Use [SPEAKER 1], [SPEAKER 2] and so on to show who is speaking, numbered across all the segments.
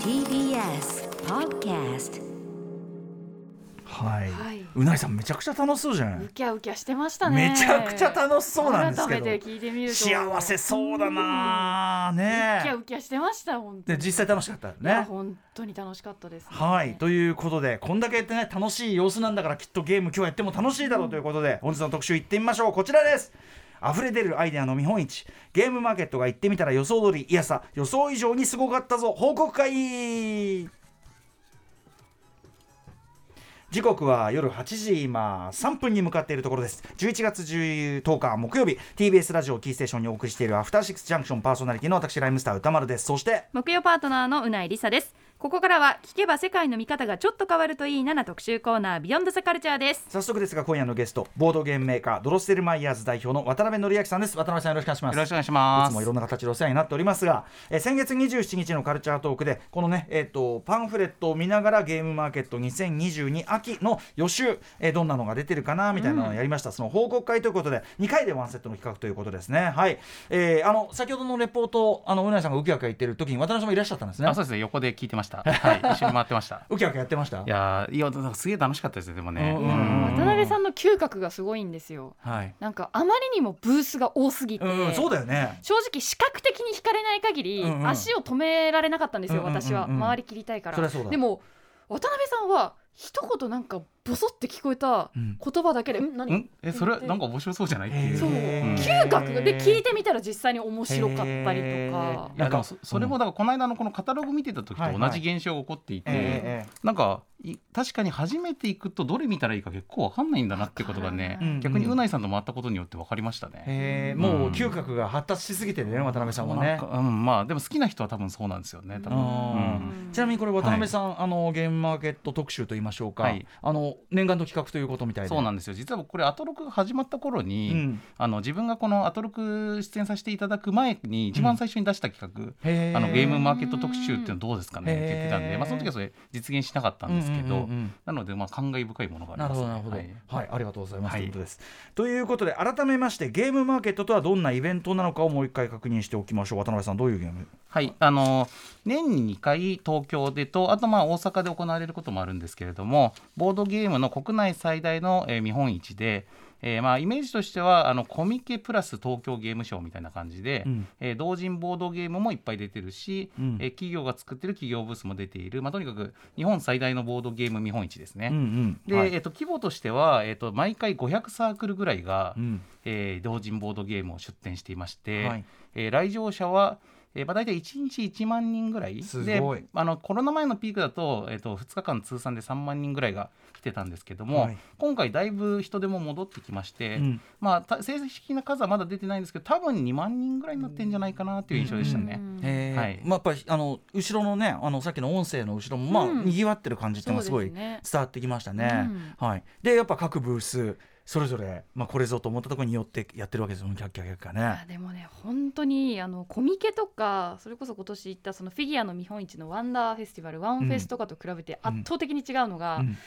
[SPEAKER 1] TBS Podcast
[SPEAKER 2] はい、
[SPEAKER 3] はいう
[SPEAKER 2] なぎさんめちゃくちゃ楽しそうじゃない、
[SPEAKER 3] ウキャウキャしてましたね
[SPEAKER 2] めちゃくちゃ楽しそうなんですけ
[SPEAKER 3] 改めて
[SPEAKER 2] ど
[SPEAKER 3] 聞いてみると
[SPEAKER 2] 幸せそうだなあ
[SPEAKER 3] ウキャ
[SPEAKER 2] ね
[SPEAKER 3] ウキャしてました本当
[SPEAKER 2] で
[SPEAKER 3] に、
[SPEAKER 2] 実際楽しかった
[SPEAKER 3] いや
[SPEAKER 2] ね
[SPEAKER 3] 本当に楽しかったですね、
[SPEAKER 2] はいということでこんだけやってね楽しい様子なんだからきっとゲーム今日やっても楽しいだろうということで、本日の特集いってみましょうこちらです溢れ出るアイデアの見本市ゲームマーケットが行ってみたら予想通りいやさ予想以上にすごかったぞ報告会時刻は夜8時今3分に向かっているところです11月10日木曜日 TBS ラジオキーステーションにお送りしているアフターシックスジャンクションパーソナリティの私ライムスター歌丸ですそして
[SPEAKER 4] 木曜パートナーのうないりさですここからは聞けば世界の見方がちょっと変わるといいなな特集コーナービヨンドザカルチャーです
[SPEAKER 2] 早速ですが今夜のゲストボードゲームメーカードロッセルマイヤーズ代表の渡辺則明さんです渡辺さんよろしくお願いします
[SPEAKER 5] よろしくお願いし
[SPEAKER 2] い
[SPEAKER 5] ま
[SPEAKER 2] つ
[SPEAKER 5] す。
[SPEAKER 2] もいろんな形でお世話になっておりますが、えー先月27日のカルチャートークでこのね、えー、とパンフレットを見ながらゲームマーケット2022秋の予習、えーどんなのが出てるかなみたいなのをやりました、その報告会ということで2回でワンセットの企画ということですねはい、えーあの先ほどのレポートあのうなぎさんがウキウキ言ってる時に渡辺さんもいらっしゃったんですね
[SPEAKER 5] あ、そうですね。横で聞いてま した。はい、一緒に回ってました。
[SPEAKER 2] ウキウキやってました
[SPEAKER 5] いやー、いや、なんかすげえ楽しかったですね。でもね。
[SPEAKER 2] うんうんうん
[SPEAKER 3] 渡辺さんの嗅覚がすごいんですよ
[SPEAKER 5] はい。
[SPEAKER 3] なんかあまりにもブースが多すぎて、
[SPEAKER 2] うん、そうだよね
[SPEAKER 3] 正直視覚的に惹かれない限り、
[SPEAKER 2] うんうん
[SPEAKER 3] 足を止められなかったんですよ、
[SPEAKER 2] うんうんうんうん
[SPEAKER 3] 私は回りきりたいから
[SPEAKER 2] そりゃそうだ
[SPEAKER 3] でも渡辺さんは一言なんかボソって聞こえた
[SPEAKER 5] うん。
[SPEAKER 3] 言葉だけで「ん何
[SPEAKER 5] んえ、それなんか面白そうじゃないっていう。
[SPEAKER 3] そう
[SPEAKER 2] へー
[SPEAKER 3] 嗅覚がで聞いてみたら実際に面白かったりとか
[SPEAKER 5] いやでも
[SPEAKER 2] な
[SPEAKER 5] そ
[SPEAKER 2] んか
[SPEAKER 5] それもだからこの間のこのカタログ見てた時
[SPEAKER 2] はい
[SPEAKER 5] と
[SPEAKER 2] は
[SPEAKER 5] 同
[SPEAKER 2] い
[SPEAKER 5] じ現象が起こっていて、
[SPEAKER 2] えー
[SPEAKER 5] なんかい確かに初めて行くとどれ見たらいいか結構わかんないんだなってことが
[SPEAKER 3] わから
[SPEAKER 5] ね
[SPEAKER 3] な
[SPEAKER 2] えー
[SPEAKER 5] 逆にうないいさんと回ったことによって分かりましたね。
[SPEAKER 2] えー
[SPEAKER 5] ん
[SPEAKER 2] もう嗅覚が発達しすぎてるね渡辺さんは
[SPEAKER 5] なん
[SPEAKER 2] ね
[SPEAKER 5] かうんまあでも好きな人は多分そうなんですよね
[SPEAKER 2] う
[SPEAKER 5] 多分。う
[SPEAKER 2] ん
[SPEAKER 5] ん
[SPEAKER 2] ちなみにこれ渡辺さん、あのゲームマーケット特集と言いましょうか、
[SPEAKER 5] はい
[SPEAKER 2] あの念願の企画ということみたいで
[SPEAKER 5] そうなんんですよ実は僕これアトロクが始まった頃に、
[SPEAKER 2] うん
[SPEAKER 5] あの自分がこのアトロク出演させていただく前に一番最初に出した企画、
[SPEAKER 2] へ
[SPEAKER 5] あのゲームマーケット特集っていうのどうですかねって
[SPEAKER 2] へー
[SPEAKER 5] 言ってたんで、まあ、その時はそれ実現しなかったんですけど、
[SPEAKER 2] うんうんうん
[SPEAKER 5] なのでまあ感慨深いものがあり
[SPEAKER 2] な
[SPEAKER 5] ま
[SPEAKER 2] る
[SPEAKER 5] す
[SPEAKER 2] ほ
[SPEAKER 5] ね、
[SPEAKER 2] どなるほど、は
[SPEAKER 5] はい
[SPEAKER 2] い、ありがとうございます、
[SPEAKER 5] はい
[SPEAKER 2] ということです。ということで改めましてゲームマーケットとはどんなイベントなのかをもう一回確認しておきましょう渡辺さんどういうゲーム
[SPEAKER 5] はいあの年に2回東京でとあとまあ大阪で行われることもあるんですけれどもボードゲームの国内最大の、えー見本市で、えーまあ、イメージとしてはあのコミケプラス東京ゲームショーみたいな感じで、
[SPEAKER 2] うん
[SPEAKER 5] えー同人ボードゲームもいっぱい出てるし、
[SPEAKER 2] うん
[SPEAKER 5] えー企業が作ってる企業ブースも出ている、まあ、とにかく日本最大のボードゲーム見本市ですね。
[SPEAKER 2] ん
[SPEAKER 5] で、
[SPEAKER 2] はい
[SPEAKER 5] えっと規模としては、えっと毎回500サークルぐらいが、
[SPEAKER 2] うん
[SPEAKER 5] えー同人ボードゲームを出展していまして、
[SPEAKER 2] はい
[SPEAKER 5] えー来場者は、えーまあ、大体1日1万人ぐらい
[SPEAKER 2] す
[SPEAKER 5] で
[SPEAKER 2] ごい
[SPEAKER 5] あのコロナ前のピークだと,、えー、と2日間通算で3万人ぐらいが来てたんですけども、
[SPEAKER 2] はい
[SPEAKER 5] 今回だいぶ人手も戻ってきまして、
[SPEAKER 2] うん
[SPEAKER 5] まあ、た正式な数はまだ出てないんですけど多分2万人ぐらいになってんじゃないかなという印象でしたね。
[SPEAKER 3] うん
[SPEAKER 2] へー
[SPEAKER 5] はい
[SPEAKER 2] まあ、やっぱりあの後ろのねあのさっきの音声の後ろもまあ、
[SPEAKER 3] うん
[SPEAKER 2] にぎわってる感じってのがすごい
[SPEAKER 3] そうですね
[SPEAKER 2] 伝わってきましたね。はい、でやっぱ各ブースそれぞれ、まあ、これぞと思ったところによってやってるわけですよキャッキャキャッキャ
[SPEAKER 3] あ
[SPEAKER 2] ね。
[SPEAKER 3] でもね本当にあのコミケとかそれこそ今年行ったそのフィギュアの見本市のワンダーフェスティバルワンフェスとかと比べて
[SPEAKER 2] うん
[SPEAKER 3] 圧倒的に違うのが、
[SPEAKER 2] うん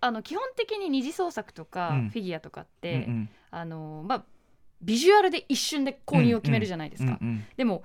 [SPEAKER 3] あの基本的に二次創作とか
[SPEAKER 2] うん
[SPEAKER 3] フィギュアとかっ
[SPEAKER 2] う
[SPEAKER 3] て、
[SPEAKER 2] ん
[SPEAKER 3] あのまあ、ビジュアルで一瞬で購入を決めるじゃないです
[SPEAKER 2] う
[SPEAKER 3] か、
[SPEAKER 2] んうん
[SPEAKER 3] でも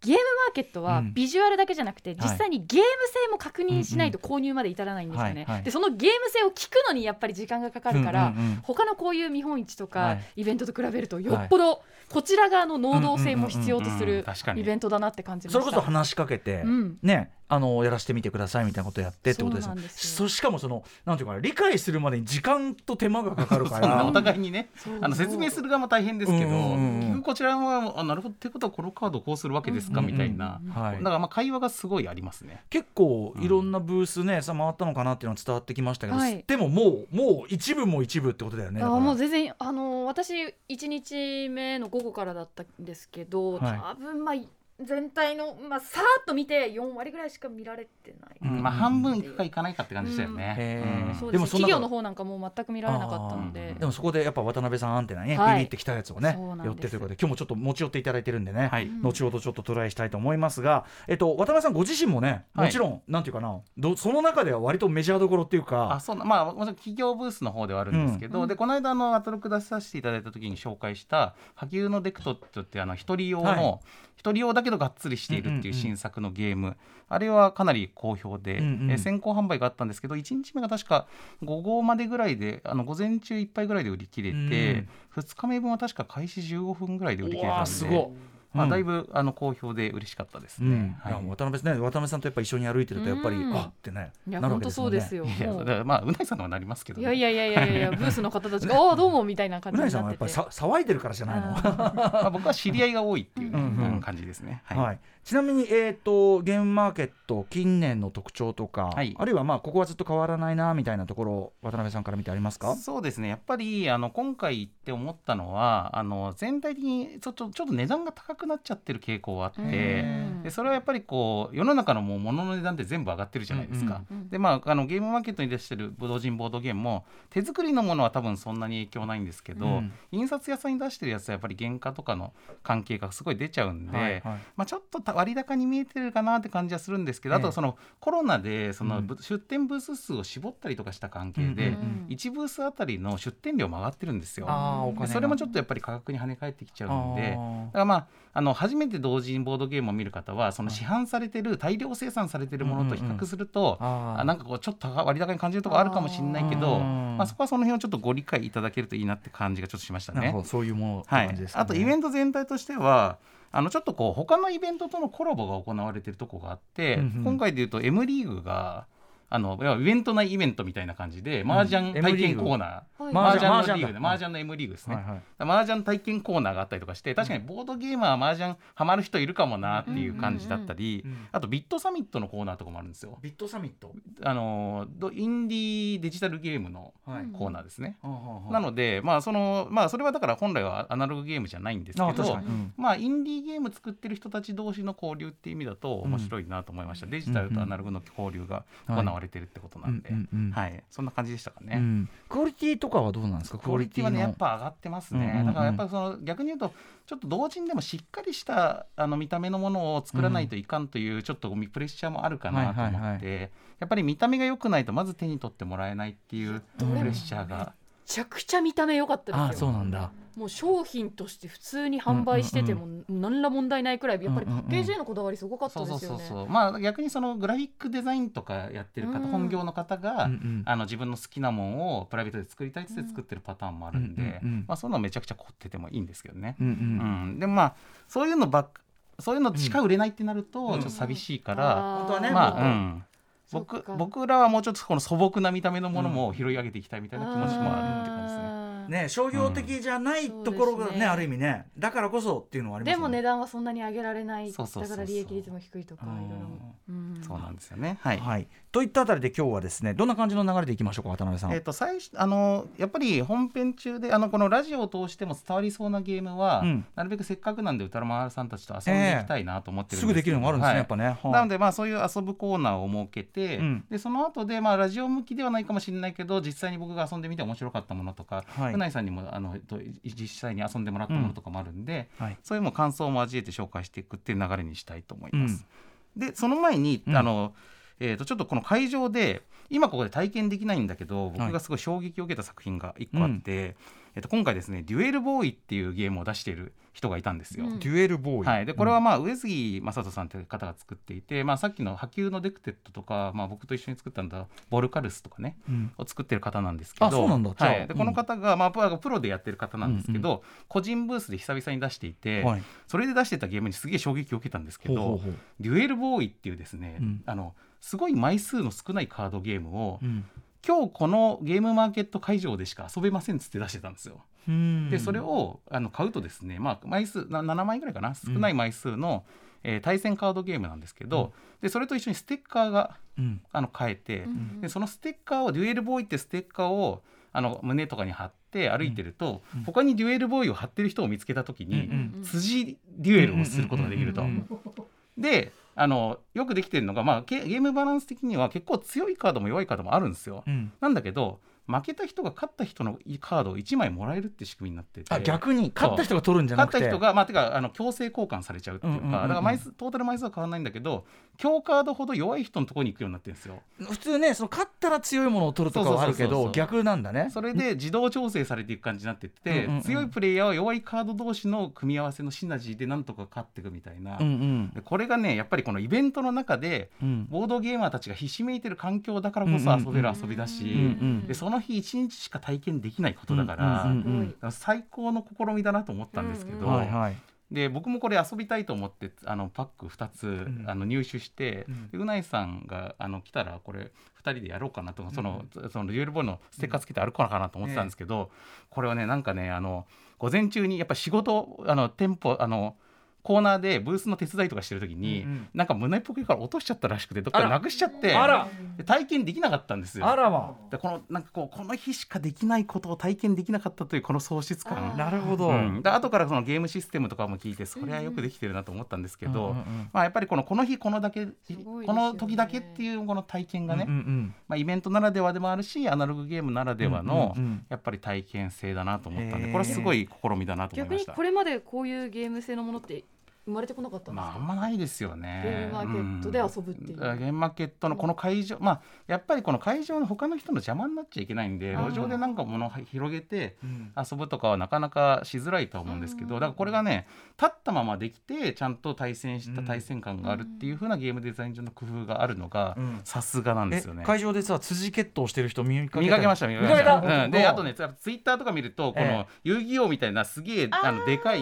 [SPEAKER 3] ゲームマーケットは
[SPEAKER 2] うん
[SPEAKER 3] ビジュアルだけじゃなくて、
[SPEAKER 2] い
[SPEAKER 3] 実際にゲーム性も確認しないと購入まで至らないんですよね、
[SPEAKER 2] はいはい
[SPEAKER 3] でそのゲーム性を聞くのにやっぱり時間がかかるから、
[SPEAKER 2] うんうんうん
[SPEAKER 3] 他のこういう見本市と
[SPEAKER 2] は
[SPEAKER 3] か
[SPEAKER 2] い
[SPEAKER 3] イベントと比べるとよっぽどこちら側の能動性も必要とす
[SPEAKER 5] うんうんうんうん
[SPEAKER 3] る
[SPEAKER 5] 確かに
[SPEAKER 3] イベントだなって感じまし
[SPEAKER 2] そ
[SPEAKER 3] た。
[SPEAKER 2] れこそ話しかけて、
[SPEAKER 3] うん
[SPEAKER 2] ねあのやらせてみてくださいみたいなことやってってことです
[SPEAKER 3] そ
[SPEAKER 2] よ
[SPEAKER 3] うなんです
[SPEAKER 2] そ
[SPEAKER 3] よ
[SPEAKER 2] しかもそのなんていうかな理解するまでに時間と手間がかかるか
[SPEAKER 5] そう なん
[SPEAKER 2] ら
[SPEAKER 5] だお互いにね
[SPEAKER 3] そう
[SPEAKER 5] あの説明する側も大変ですけ
[SPEAKER 2] う
[SPEAKER 5] ど、
[SPEAKER 2] んうんうん
[SPEAKER 5] 結局こちらはあなるほどってことはこのカードこうするわけですか、
[SPEAKER 2] うんうんうん
[SPEAKER 5] みたいな、
[SPEAKER 2] はい
[SPEAKER 5] だからまあ会話がすごいありますね。
[SPEAKER 2] 結構いろんなブースね、さ回ったのかなっていうのは伝わってきましたけど、
[SPEAKER 3] はい
[SPEAKER 2] でももうもう一部も一部ってことだよね。
[SPEAKER 3] あ
[SPEAKER 2] だから
[SPEAKER 3] もう全然あの私1日目の午後からだったんですけど、
[SPEAKER 2] はい
[SPEAKER 3] 多分まあ全体の、まあ、さーっと見て4割ぐらいしか見られてない、
[SPEAKER 2] うん
[SPEAKER 5] まあ、半分いくかいかないかって感じでしたよね。
[SPEAKER 2] へー
[SPEAKER 5] うん
[SPEAKER 3] そ
[SPEAKER 2] で
[SPEAKER 3] うで
[SPEAKER 2] も
[SPEAKER 3] す
[SPEAKER 2] そんな
[SPEAKER 3] 企業の方なんかもう全く見られなかったの
[SPEAKER 5] あ
[SPEAKER 3] で
[SPEAKER 5] ー
[SPEAKER 2] でもそこでやっぱ渡辺さんアンテナにね、
[SPEAKER 3] はい
[SPEAKER 2] ビビってきたやつをね
[SPEAKER 3] そうなんです
[SPEAKER 2] 寄ってということで今日もちょっと持ち寄っていただいてるんでね、
[SPEAKER 5] はい
[SPEAKER 2] 後ほどちょっとトライしたいと思いますが、えっと、渡辺さんご自身もね
[SPEAKER 5] はい
[SPEAKER 2] もちろん、なんていうかなどその中では割とメジャーどころっていう
[SPEAKER 5] あ
[SPEAKER 2] か
[SPEAKER 5] そうなまあ、もちろん企業ブースの方ではあるんですけど、
[SPEAKER 3] うん
[SPEAKER 5] でこの間あのアトロック出させていただいた時に紹介した「波及のデクト」ってあの一人用の、
[SPEAKER 2] はい
[SPEAKER 5] 一人用だけけどがっつりしているっていう
[SPEAKER 2] うんうんうん
[SPEAKER 5] 新作のゲーム、あれはかなり好評で、
[SPEAKER 2] うんうん
[SPEAKER 5] えー先行販売があったんですけど1日目が確か午後までぐらいであの午前中いっぱいぐらいで売り切れて、2日目分は確か開始15分ぐらいで売り切れたん
[SPEAKER 2] わ
[SPEAKER 5] で。
[SPEAKER 2] すご
[SPEAKER 5] まあ、
[SPEAKER 2] うん
[SPEAKER 5] だいぶあの好評で嬉しかったで
[SPEAKER 2] う
[SPEAKER 5] すね。
[SPEAKER 2] ん
[SPEAKER 5] はい
[SPEAKER 2] いや渡辺さんね渡辺さんとやっぱ一緒に歩いてるとやっぱり
[SPEAKER 3] うん
[SPEAKER 2] あってね
[SPEAKER 3] いや
[SPEAKER 2] なるわ
[SPEAKER 3] 本
[SPEAKER 2] け
[SPEAKER 3] 当
[SPEAKER 2] です
[SPEAKER 3] そ
[SPEAKER 2] も
[SPEAKER 3] うん
[SPEAKER 2] ね
[SPEAKER 3] ですよ。
[SPEAKER 5] いや
[SPEAKER 3] も
[SPEAKER 5] だ
[SPEAKER 3] う
[SPEAKER 5] からまあうないさんのはなりますけど
[SPEAKER 3] い
[SPEAKER 5] ね、
[SPEAKER 3] やいやいやいや いや、ブースの方たちが、ああ、どうもみたいな感
[SPEAKER 2] う
[SPEAKER 3] じに
[SPEAKER 2] な
[SPEAKER 3] な
[SPEAKER 2] ぎ
[SPEAKER 3] ってて。
[SPEAKER 2] さんはやっぱりさ騒いでるからじゃないの
[SPEAKER 5] まあ、僕は知り合いが多いっていうね、
[SPEAKER 2] うんうん
[SPEAKER 5] うん感じですね。は い
[SPEAKER 2] はい、ちなみに、えー、とゲームマーケット近年の特徴とか、
[SPEAKER 5] はい
[SPEAKER 2] あるいはまあここはずっと変わらないなみたいなところ渡辺さんから見てありますか
[SPEAKER 5] そうですねやっぱりあの今回行って思ったのはあの全体的にちょっとちょっと値段が高くなっちゃってる傾向があっ
[SPEAKER 3] うん
[SPEAKER 5] てでそれはやっぱりこう世の中のもう物の値段って全部上がってるじゃないですか。
[SPEAKER 3] うんうんうん
[SPEAKER 5] でまああのゲームマーケットに出してるブドウ人ボードゲームも手作りのものは多分そんなに影響ないんですけど、
[SPEAKER 2] うん
[SPEAKER 5] 印刷屋さんに出してるやつはやっぱり原価とかの関係がすごい出ちゃうんで。
[SPEAKER 2] はいはい
[SPEAKER 5] まあ、ちょっと割高に見えてるかなって感じはするんですけど、あ
[SPEAKER 2] ええ
[SPEAKER 5] とそのコロナでその
[SPEAKER 2] うん
[SPEAKER 5] ぶ出店ブース数を絞ったりとかした関係
[SPEAKER 2] うん
[SPEAKER 5] で
[SPEAKER 2] うんうん、
[SPEAKER 5] 1ブースあたりの出店料も上がってるんですよ。
[SPEAKER 2] あーお金
[SPEAKER 5] で
[SPEAKER 2] が
[SPEAKER 5] それもちょっとやっぱり価格に跳ね返ってきちゃうんで。
[SPEAKER 2] あ
[SPEAKER 5] だからまあ、あの初めて同時にボードゲームを見る方はその市販されてる大量生産されてるものと比較すると、
[SPEAKER 2] うんうんうんあー
[SPEAKER 5] あなんかこうちょっと高割高に感じるところあるかもしれないけ
[SPEAKER 2] あー
[SPEAKER 5] どまあ、そこはその辺をちょっとご理解いただけるといいなって感じがちょっとしました
[SPEAKER 2] ーなる
[SPEAKER 5] ね
[SPEAKER 2] ほ。どそういうものって
[SPEAKER 5] はい
[SPEAKER 2] 感じですかね、
[SPEAKER 5] あとイベント全体としてはあのちょっとこう他のイベントとのコラボが行われてるとこがあって、
[SPEAKER 2] うんうん
[SPEAKER 5] 今回でいうと M リーグがあの要はイベント内イベントみたいな感じで麻雀
[SPEAKER 2] M
[SPEAKER 5] 体
[SPEAKER 2] リー
[SPEAKER 5] 験
[SPEAKER 2] グ
[SPEAKER 5] コーナー、
[SPEAKER 3] はい
[SPEAKER 2] 麻雀
[SPEAKER 5] 麻雀のリ
[SPEAKER 2] 麻雀
[SPEAKER 5] ーグ
[SPEAKER 2] だ
[SPEAKER 5] で麻雀の M リーグですね、
[SPEAKER 2] はいはい
[SPEAKER 5] 麻雀体験コーナーがあったりとかして確かにボードゲーマー麻雀ハマる人いるかもなっていう感じだったり、
[SPEAKER 2] うんうんうんうん
[SPEAKER 5] あとビットサミットのコーナーとかもあるんですよ。
[SPEAKER 2] ビットサミット、
[SPEAKER 5] あのどインディーデジタルゲームの
[SPEAKER 2] はい
[SPEAKER 5] コーナーですね。な
[SPEAKER 2] な
[SPEAKER 5] ので、まあそのまあ、それはだから本来はアナログゲームじゃないんですけ
[SPEAKER 2] あ確
[SPEAKER 5] ど
[SPEAKER 2] かに、うん
[SPEAKER 5] まあ、インディーゲーム作ってる人たち同士の交流っていう意味だと
[SPEAKER 2] うん
[SPEAKER 5] 面白いなと思いました、デジタルとアナログの交流が行われてるってことなんで、
[SPEAKER 2] う
[SPEAKER 5] はい
[SPEAKER 2] んうんうん
[SPEAKER 5] そんな感じでしたかね。
[SPEAKER 2] うんクオリティとかはどうなんですか
[SPEAKER 5] クオリティはねやっぱ上がってますね、
[SPEAKER 2] うんうんうん
[SPEAKER 5] だからやっぱりその逆に言うとちょっと同人でもしっかりしたあの見た目のものを作らないといかんというちょっとプレッシャーもあるかなと思って、
[SPEAKER 2] はいはい
[SPEAKER 5] やっぱり見た目が良くないとまず手に取ってもらえないっていうプ
[SPEAKER 2] どれも
[SPEAKER 5] レッシャーが。
[SPEAKER 3] めちゃくちゃ見た目良かったですよ。
[SPEAKER 2] あーそうなんだ
[SPEAKER 3] もう商品として普通に販売してても何ら問題ないくらいやっぱりパッケージへのこだわりすごかった
[SPEAKER 5] そう
[SPEAKER 3] で
[SPEAKER 5] そう
[SPEAKER 3] すよ
[SPEAKER 5] そう
[SPEAKER 3] ね。
[SPEAKER 5] そう、まあ逆にそのグラフィックデザインとかやってる方、
[SPEAKER 3] うん
[SPEAKER 5] 本業の方が、
[SPEAKER 2] うんうん
[SPEAKER 5] あの自分の好きなもんをプライベートで作りたいって作ってるパターンもあるんで、
[SPEAKER 2] うんうんうん
[SPEAKER 5] まあそういうのはめちゃくちゃ凝っててもいいんですけどね、
[SPEAKER 2] うんうん
[SPEAKER 5] うんでもまあそういうのばっかそういうのしか売れないってなるとちょっと寂しいから、
[SPEAKER 3] あー
[SPEAKER 2] 本当はね
[SPEAKER 5] まあ
[SPEAKER 2] う
[SPEAKER 5] うんん
[SPEAKER 3] そっか
[SPEAKER 5] 僕僕らはもうちょっとこの素朴な見た目のものも拾い上げていきたいみたいな気持ちもあるって感じですね。
[SPEAKER 3] あー
[SPEAKER 2] ね商業的じゃないところが
[SPEAKER 3] そう
[SPEAKER 2] ね,、
[SPEAKER 3] ですね
[SPEAKER 2] ある意味ねだからこそっていうのはあります
[SPEAKER 3] で
[SPEAKER 2] よ
[SPEAKER 3] も値段はそんなに上げられない
[SPEAKER 5] そうそうそうそ
[SPEAKER 3] だ
[SPEAKER 5] う
[SPEAKER 3] から利益率も低いとかいろいろうん
[SPEAKER 5] そうなんですよね、はい
[SPEAKER 2] はい、といったあたりで今日はですねどんな感じの流れでいきましょうか渡辺さん。
[SPEAKER 5] えっと最初あのやっぱり本編中であのこのラジオを通しても伝わりそうなゲームは、
[SPEAKER 2] うん
[SPEAKER 5] なるべくせっかくなんで歌丸さんたちと遊んでいきたいなと思ってる
[SPEAKER 2] すぐできるのがあるんですね、
[SPEAKER 5] はい
[SPEAKER 2] やっぱね。はい
[SPEAKER 5] なのでまあそういう遊ぶコーナーを設けて、
[SPEAKER 2] うん
[SPEAKER 5] でその後でまあラジオ向きではないかもしれないけど実際に僕が遊んでみて面白かったものとか、
[SPEAKER 2] はい
[SPEAKER 5] 船井さんにもあのえっとい実際に遊んでもらったものとかもあるんで、
[SPEAKER 2] はい
[SPEAKER 5] そういうもう感想を交えて紹介していくっていう流れにしたいと思います。でその前に、
[SPEAKER 2] うん
[SPEAKER 5] あのえー、とちょっとこの会場で今ここで体験できないんだけど
[SPEAKER 2] は
[SPEAKER 5] 僕
[SPEAKER 2] い
[SPEAKER 5] がすごい衝撃を受けた作品が1個あって、えっと今回ですね「デュエルボーイ」っていうゲームを出している人がいたんですよ。
[SPEAKER 3] うん
[SPEAKER 2] デュエルボーイ。
[SPEAKER 5] はい、でこれはまあ上杉正人さんという方が作っていて、まあ、さっきの波及のデクテッドとか、まあ、僕と一緒に作ったんだボルカルスとかね
[SPEAKER 2] うん、
[SPEAKER 5] を作ってる方なんですけど
[SPEAKER 2] あそうなんだじゃあ
[SPEAKER 5] はい、でこの方が、まあ、プロプロでやってる方なんですけど、
[SPEAKER 2] う
[SPEAKER 5] 個人ブースで久々に出していて、
[SPEAKER 2] はい。
[SPEAKER 5] それで出してたゲームにすげえ衝撃を受けたんですけ
[SPEAKER 2] ほう
[SPEAKER 5] ど
[SPEAKER 2] ほうほう。
[SPEAKER 5] デュエルボーイっていうですね、
[SPEAKER 2] うん
[SPEAKER 5] あのすごい枚数の少ないカードゲームを、
[SPEAKER 2] うん
[SPEAKER 5] 今日このゲームマーケット会場でしか遊べませんっつって出してたんですよ。
[SPEAKER 2] うん
[SPEAKER 5] でそれをあの買うとですね、まあ、枚数な7枚ぐらいかな少ない枚数の、えー対戦カードゲームなんですけど、でそれと一緒にステッカーが
[SPEAKER 2] うん
[SPEAKER 5] あの買えて、
[SPEAKER 3] うん
[SPEAKER 5] でそのステッカーをデュエルボーイってステッカーをあの胸とかに貼って歩いてると、
[SPEAKER 2] うん
[SPEAKER 5] 他にデュエルボーイを貼ってる人を見つけた時に、
[SPEAKER 2] うんうん
[SPEAKER 5] 辻デュエルをすることができると。
[SPEAKER 2] うんうんうん
[SPEAKER 5] であのよくできてるのが、まあ、ゲゲームバランス的には結構強いカードも弱いカードもあるんですよ。
[SPEAKER 2] うん
[SPEAKER 5] なんだけど負けた人が勝った人のカードを1枚もらえるって仕組みになってて
[SPEAKER 2] あ逆に勝った人が取るんじゃな
[SPEAKER 5] 勝っ
[SPEAKER 2] くて
[SPEAKER 5] た人がまあてかあの強制交換されちゃうっていうか、
[SPEAKER 2] うんうんうんうん
[SPEAKER 5] だから枚数トータル枚数は変わらないんだけど強カードほど弱い人のところに行くようになってるんですよ
[SPEAKER 2] 普通ねその勝ったら強いものを取るとかはあるけ
[SPEAKER 5] そうそうそうそ
[SPEAKER 2] ど
[SPEAKER 5] う
[SPEAKER 2] 逆なんだね
[SPEAKER 5] それで自動調整されていく感じになってって、
[SPEAKER 2] うんうんうん
[SPEAKER 5] 強いプレイヤーは弱いカード同士の組み合わせのシナジーでなんとか勝っていくみたいな、
[SPEAKER 2] うん
[SPEAKER 5] でこれがねやっぱりこのイベントの中で
[SPEAKER 2] うんうん
[SPEAKER 5] ボードゲーマーたちがひしめいてる環境だからこそ遊べる遊びだし、
[SPEAKER 2] うんうん
[SPEAKER 5] でその日一日しか体験できないことだから。
[SPEAKER 2] うんうんうん
[SPEAKER 3] すごい
[SPEAKER 5] だから最高の試みだなと思ったんですけど、
[SPEAKER 3] うん
[SPEAKER 2] はいはい
[SPEAKER 5] で僕もこれ遊びたいと思ってあのパック2つ、
[SPEAKER 2] ん
[SPEAKER 5] あの入手して、
[SPEAKER 2] うん
[SPEAKER 5] でうないさんがあの来たらこれ2人でやろうかなとその,、そのデュエルボールのステッカーつけて歩こうかなと思ってたんですけど、これはねなんかねあの午前中にやっぱ仕事あの店舗あのコーナーでブースの手伝いとかしてる時に、
[SPEAKER 2] うんうん
[SPEAKER 5] なんか胸ポケから落としちゃったらしくてどっか
[SPEAKER 2] あら
[SPEAKER 5] なくしちゃって
[SPEAKER 2] あら
[SPEAKER 5] で体験できなかったんですよ。
[SPEAKER 2] あらま
[SPEAKER 5] でこのなんかこうこの日しかできないことを体験できなかったというこの喪失感
[SPEAKER 2] なるほど、
[SPEAKER 5] うん、で後からそのゲームシステムとかも聞いてそれはよくできてるなと思ったんですけど、
[SPEAKER 2] うんうんうん
[SPEAKER 5] まあ、やっぱりこのこの日このだけ、
[SPEAKER 3] すごいですよね
[SPEAKER 5] この時だけっていうこの体験がね、
[SPEAKER 2] うんうん
[SPEAKER 5] まあ、イベントならではでもあるしアナログゲームならではの、
[SPEAKER 2] うんうんうん
[SPEAKER 5] やっぱり体験性だなと思ったん
[SPEAKER 2] へ
[SPEAKER 5] で
[SPEAKER 2] ー
[SPEAKER 5] これはすごい試みだなと思い
[SPEAKER 3] 逆
[SPEAKER 5] まし
[SPEAKER 3] に
[SPEAKER 5] た。
[SPEAKER 3] これまでこういうゲーム性のものって生まれてこなかったんです
[SPEAKER 5] まあ、あ
[SPEAKER 3] か、
[SPEAKER 5] んまないですよ
[SPEAKER 3] ゲー
[SPEAKER 5] ね
[SPEAKER 3] ム。マーケットで遊ぶっていう、
[SPEAKER 5] うんゲームマーケットのこの会場、まあ、やっぱりこの会場の他の人の邪魔になっちゃいけないんで
[SPEAKER 3] あー
[SPEAKER 5] 路上でなんか物を広げて
[SPEAKER 2] うん
[SPEAKER 5] 遊ぶとかはなかなかしづらいとは思うんですけど、
[SPEAKER 3] うん
[SPEAKER 5] だからこれがね立ったままできてちゃんと対戦した
[SPEAKER 2] うん
[SPEAKER 5] 対戦感があるっていう風なゲームデザイン上の工夫があるのが
[SPEAKER 2] うん
[SPEAKER 5] さすがなんで
[SPEAKER 2] え
[SPEAKER 5] すよね。
[SPEAKER 2] 会場でさ辻決闘してる人見かけ
[SPEAKER 5] 見かけました見かけまし
[SPEAKER 2] 見かけた
[SPEAKER 5] た、う
[SPEAKER 2] お
[SPEAKER 5] ん、で
[SPEAKER 2] ー
[SPEAKER 5] あとねやっぱツイッターとか見るとこ
[SPEAKER 2] え
[SPEAKER 5] の遊戯王みたいなすげえあのでかい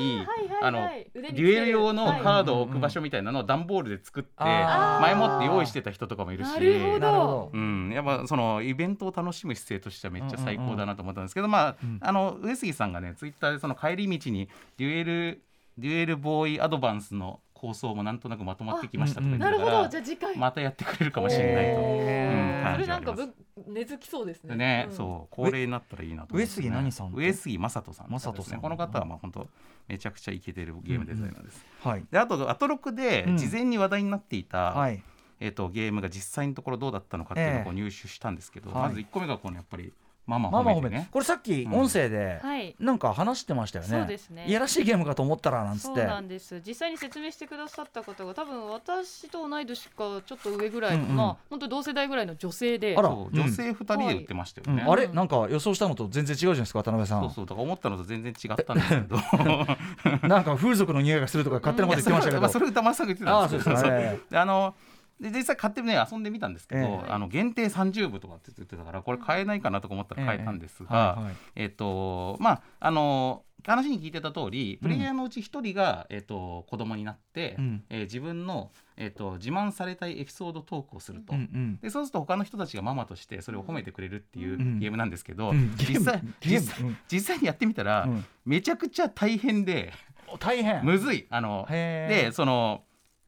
[SPEAKER 5] あの
[SPEAKER 3] デ
[SPEAKER 5] デュエル用のカー
[SPEAKER 2] は
[SPEAKER 5] ド
[SPEAKER 2] い
[SPEAKER 5] を置く場所みたいなのを段ボールで作って
[SPEAKER 2] あ
[SPEAKER 3] ー
[SPEAKER 5] 前もって用意してた人とかもいるし
[SPEAKER 3] なるほど
[SPEAKER 2] なるほど
[SPEAKER 5] うん、やっぱそのイベントを楽しむ姿勢としてはめっちゃ最高だなと思ったんですけど、まあ、
[SPEAKER 2] うん
[SPEAKER 5] あの上杉さんがねツイッターでその帰り道にデュエルデュエルボーイアドバンスの構想もなんとなくまとまってきましたとか言って
[SPEAKER 3] なる
[SPEAKER 5] たか
[SPEAKER 3] ほど
[SPEAKER 5] ら
[SPEAKER 3] じゃあ次回、
[SPEAKER 5] またやってくれるかもしれない
[SPEAKER 3] お
[SPEAKER 5] と。
[SPEAKER 3] ー
[SPEAKER 5] うん感
[SPEAKER 3] それ
[SPEAKER 5] じ
[SPEAKER 3] なん
[SPEAKER 5] はあり
[SPEAKER 3] か
[SPEAKER 5] ます
[SPEAKER 3] ぶ根付きそうですね
[SPEAKER 5] ね、
[SPEAKER 3] うん
[SPEAKER 5] そう恒例になったらいいなと思いますね、
[SPEAKER 2] 上杉何さんって
[SPEAKER 5] 上杉正人さんですね
[SPEAKER 2] 正人さん
[SPEAKER 5] この方はまあ本当めちゃくちゃイケてるゲームデザイナーです、
[SPEAKER 2] はい
[SPEAKER 5] であとアトロクで
[SPEAKER 2] うん
[SPEAKER 5] 事前に話題になっていた、
[SPEAKER 2] はい
[SPEAKER 5] えー、とゲームが実際のところどうだったのかっていうのをこう入手したんですけど、
[SPEAKER 2] ええはい
[SPEAKER 5] まず1個目がこのやっぱりママ
[SPEAKER 2] マ
[SPEAKER 5] 褒
[SPEAKER 2] マ
[SPEAKER 5] め
[SPEAKER 2] 褒
[SPEAKER 5] て
[SPEAKER 2] め
[SPEAKER 5] ね。
[SPEAKER 2] これさっき
[SPEAKER 5] うん
[SPEAKER 2] 音声で
[SPEAKER 3] はい
[SPEAKER 2] なんか話してましたよね,、
[SPEAKER 3] そうですね
[SPEAKER 2] いやらしいゲームかと思ったらなんつ
[SPEAKER 3] そ
[SPEAKER 2] っ
[SPEAKER 3] う
[SPEAKER 2] て
[SPEAKER 3] なんです実際に説明してくださった方が多分私と同い年かちょっと上ぐらいかな、
[SPEAKER 2] うんうん
[SPEAKER 3] 本当同世代ぐらいの女性で
[SPEAKER 2] あら
[SPEAKER 5] そう女性2人で売ってましたよ
[SPEAKER 2] うん
[SPEAKER 5] ね。
[SPEAKER 2] あれなんか予想したのと全然違うじゃないですか渡辺さん
[SPEAKER 5] そうそうだから思ったのと全然違ったんですけど
[SPEAKER 2] なんか風俗の匂いがするとか勝手なこと言ってましたけ
[SPEAKER 5] いや
[SPEAKER 2] ど
[SPEAKER 5] それは歌丸さんが言って
[SPEAKER 2] あ
[SPEAKER 5] た
[SPEAKER 2] あ
[SPEAKER 5] ん
[SPEAKER 2] そうで
[SPEAKER 5] で
[SPEAKER 2] すす
[SPEAKER 5] けど
[SPEAKER 2] か
[SPEAKER 5] そう
[SPEAKER 2] ね
[SPEAKER 5] であので実際買ってね遊んでみたんですけど、
[SPEAKER 2] ええ
[SPEAKER 5] あの限定30部とかって言ってたからこれ買えないかなとか思ったら買えたんですが、
[SPEAKER 2] はいはい
[SPEAKER 5] えっとまああの話に聞いてた通りプレイヤーのうち1人が、えっと子供になって、
[SPEAKER 2] うん
[SPEAKER 5] えー自分の、えっと自慢されたいエピソードトークをすると。
[SPEAKER 2] うんうん
[SPEAKER 5] でそうすると他の人たちがママとしてそれを褒めてくれるってい
[SPEAKER 2] ん
[SPEAKER 5] うゲームなんですけど、
[SPEAKER 2] うん
[SPEAKER 5] 実際
[SPEAKER 2] ゲーム
[SPEAKER 5] 実
[SPEAKER 2] ゲームう
[SPEAKER 5] 際
[SPEAKER 2] ん
[SPEAKER 5] 実際にやってみたら、
[SPEAKER 2] うん
[SPEAKER 5] めちゃくちゃ大変で
[SPEAKER 2] お大変
[SPEAKER 5] むずいあの
[SPEAKER 2] へー
[SPEAKER 5] でその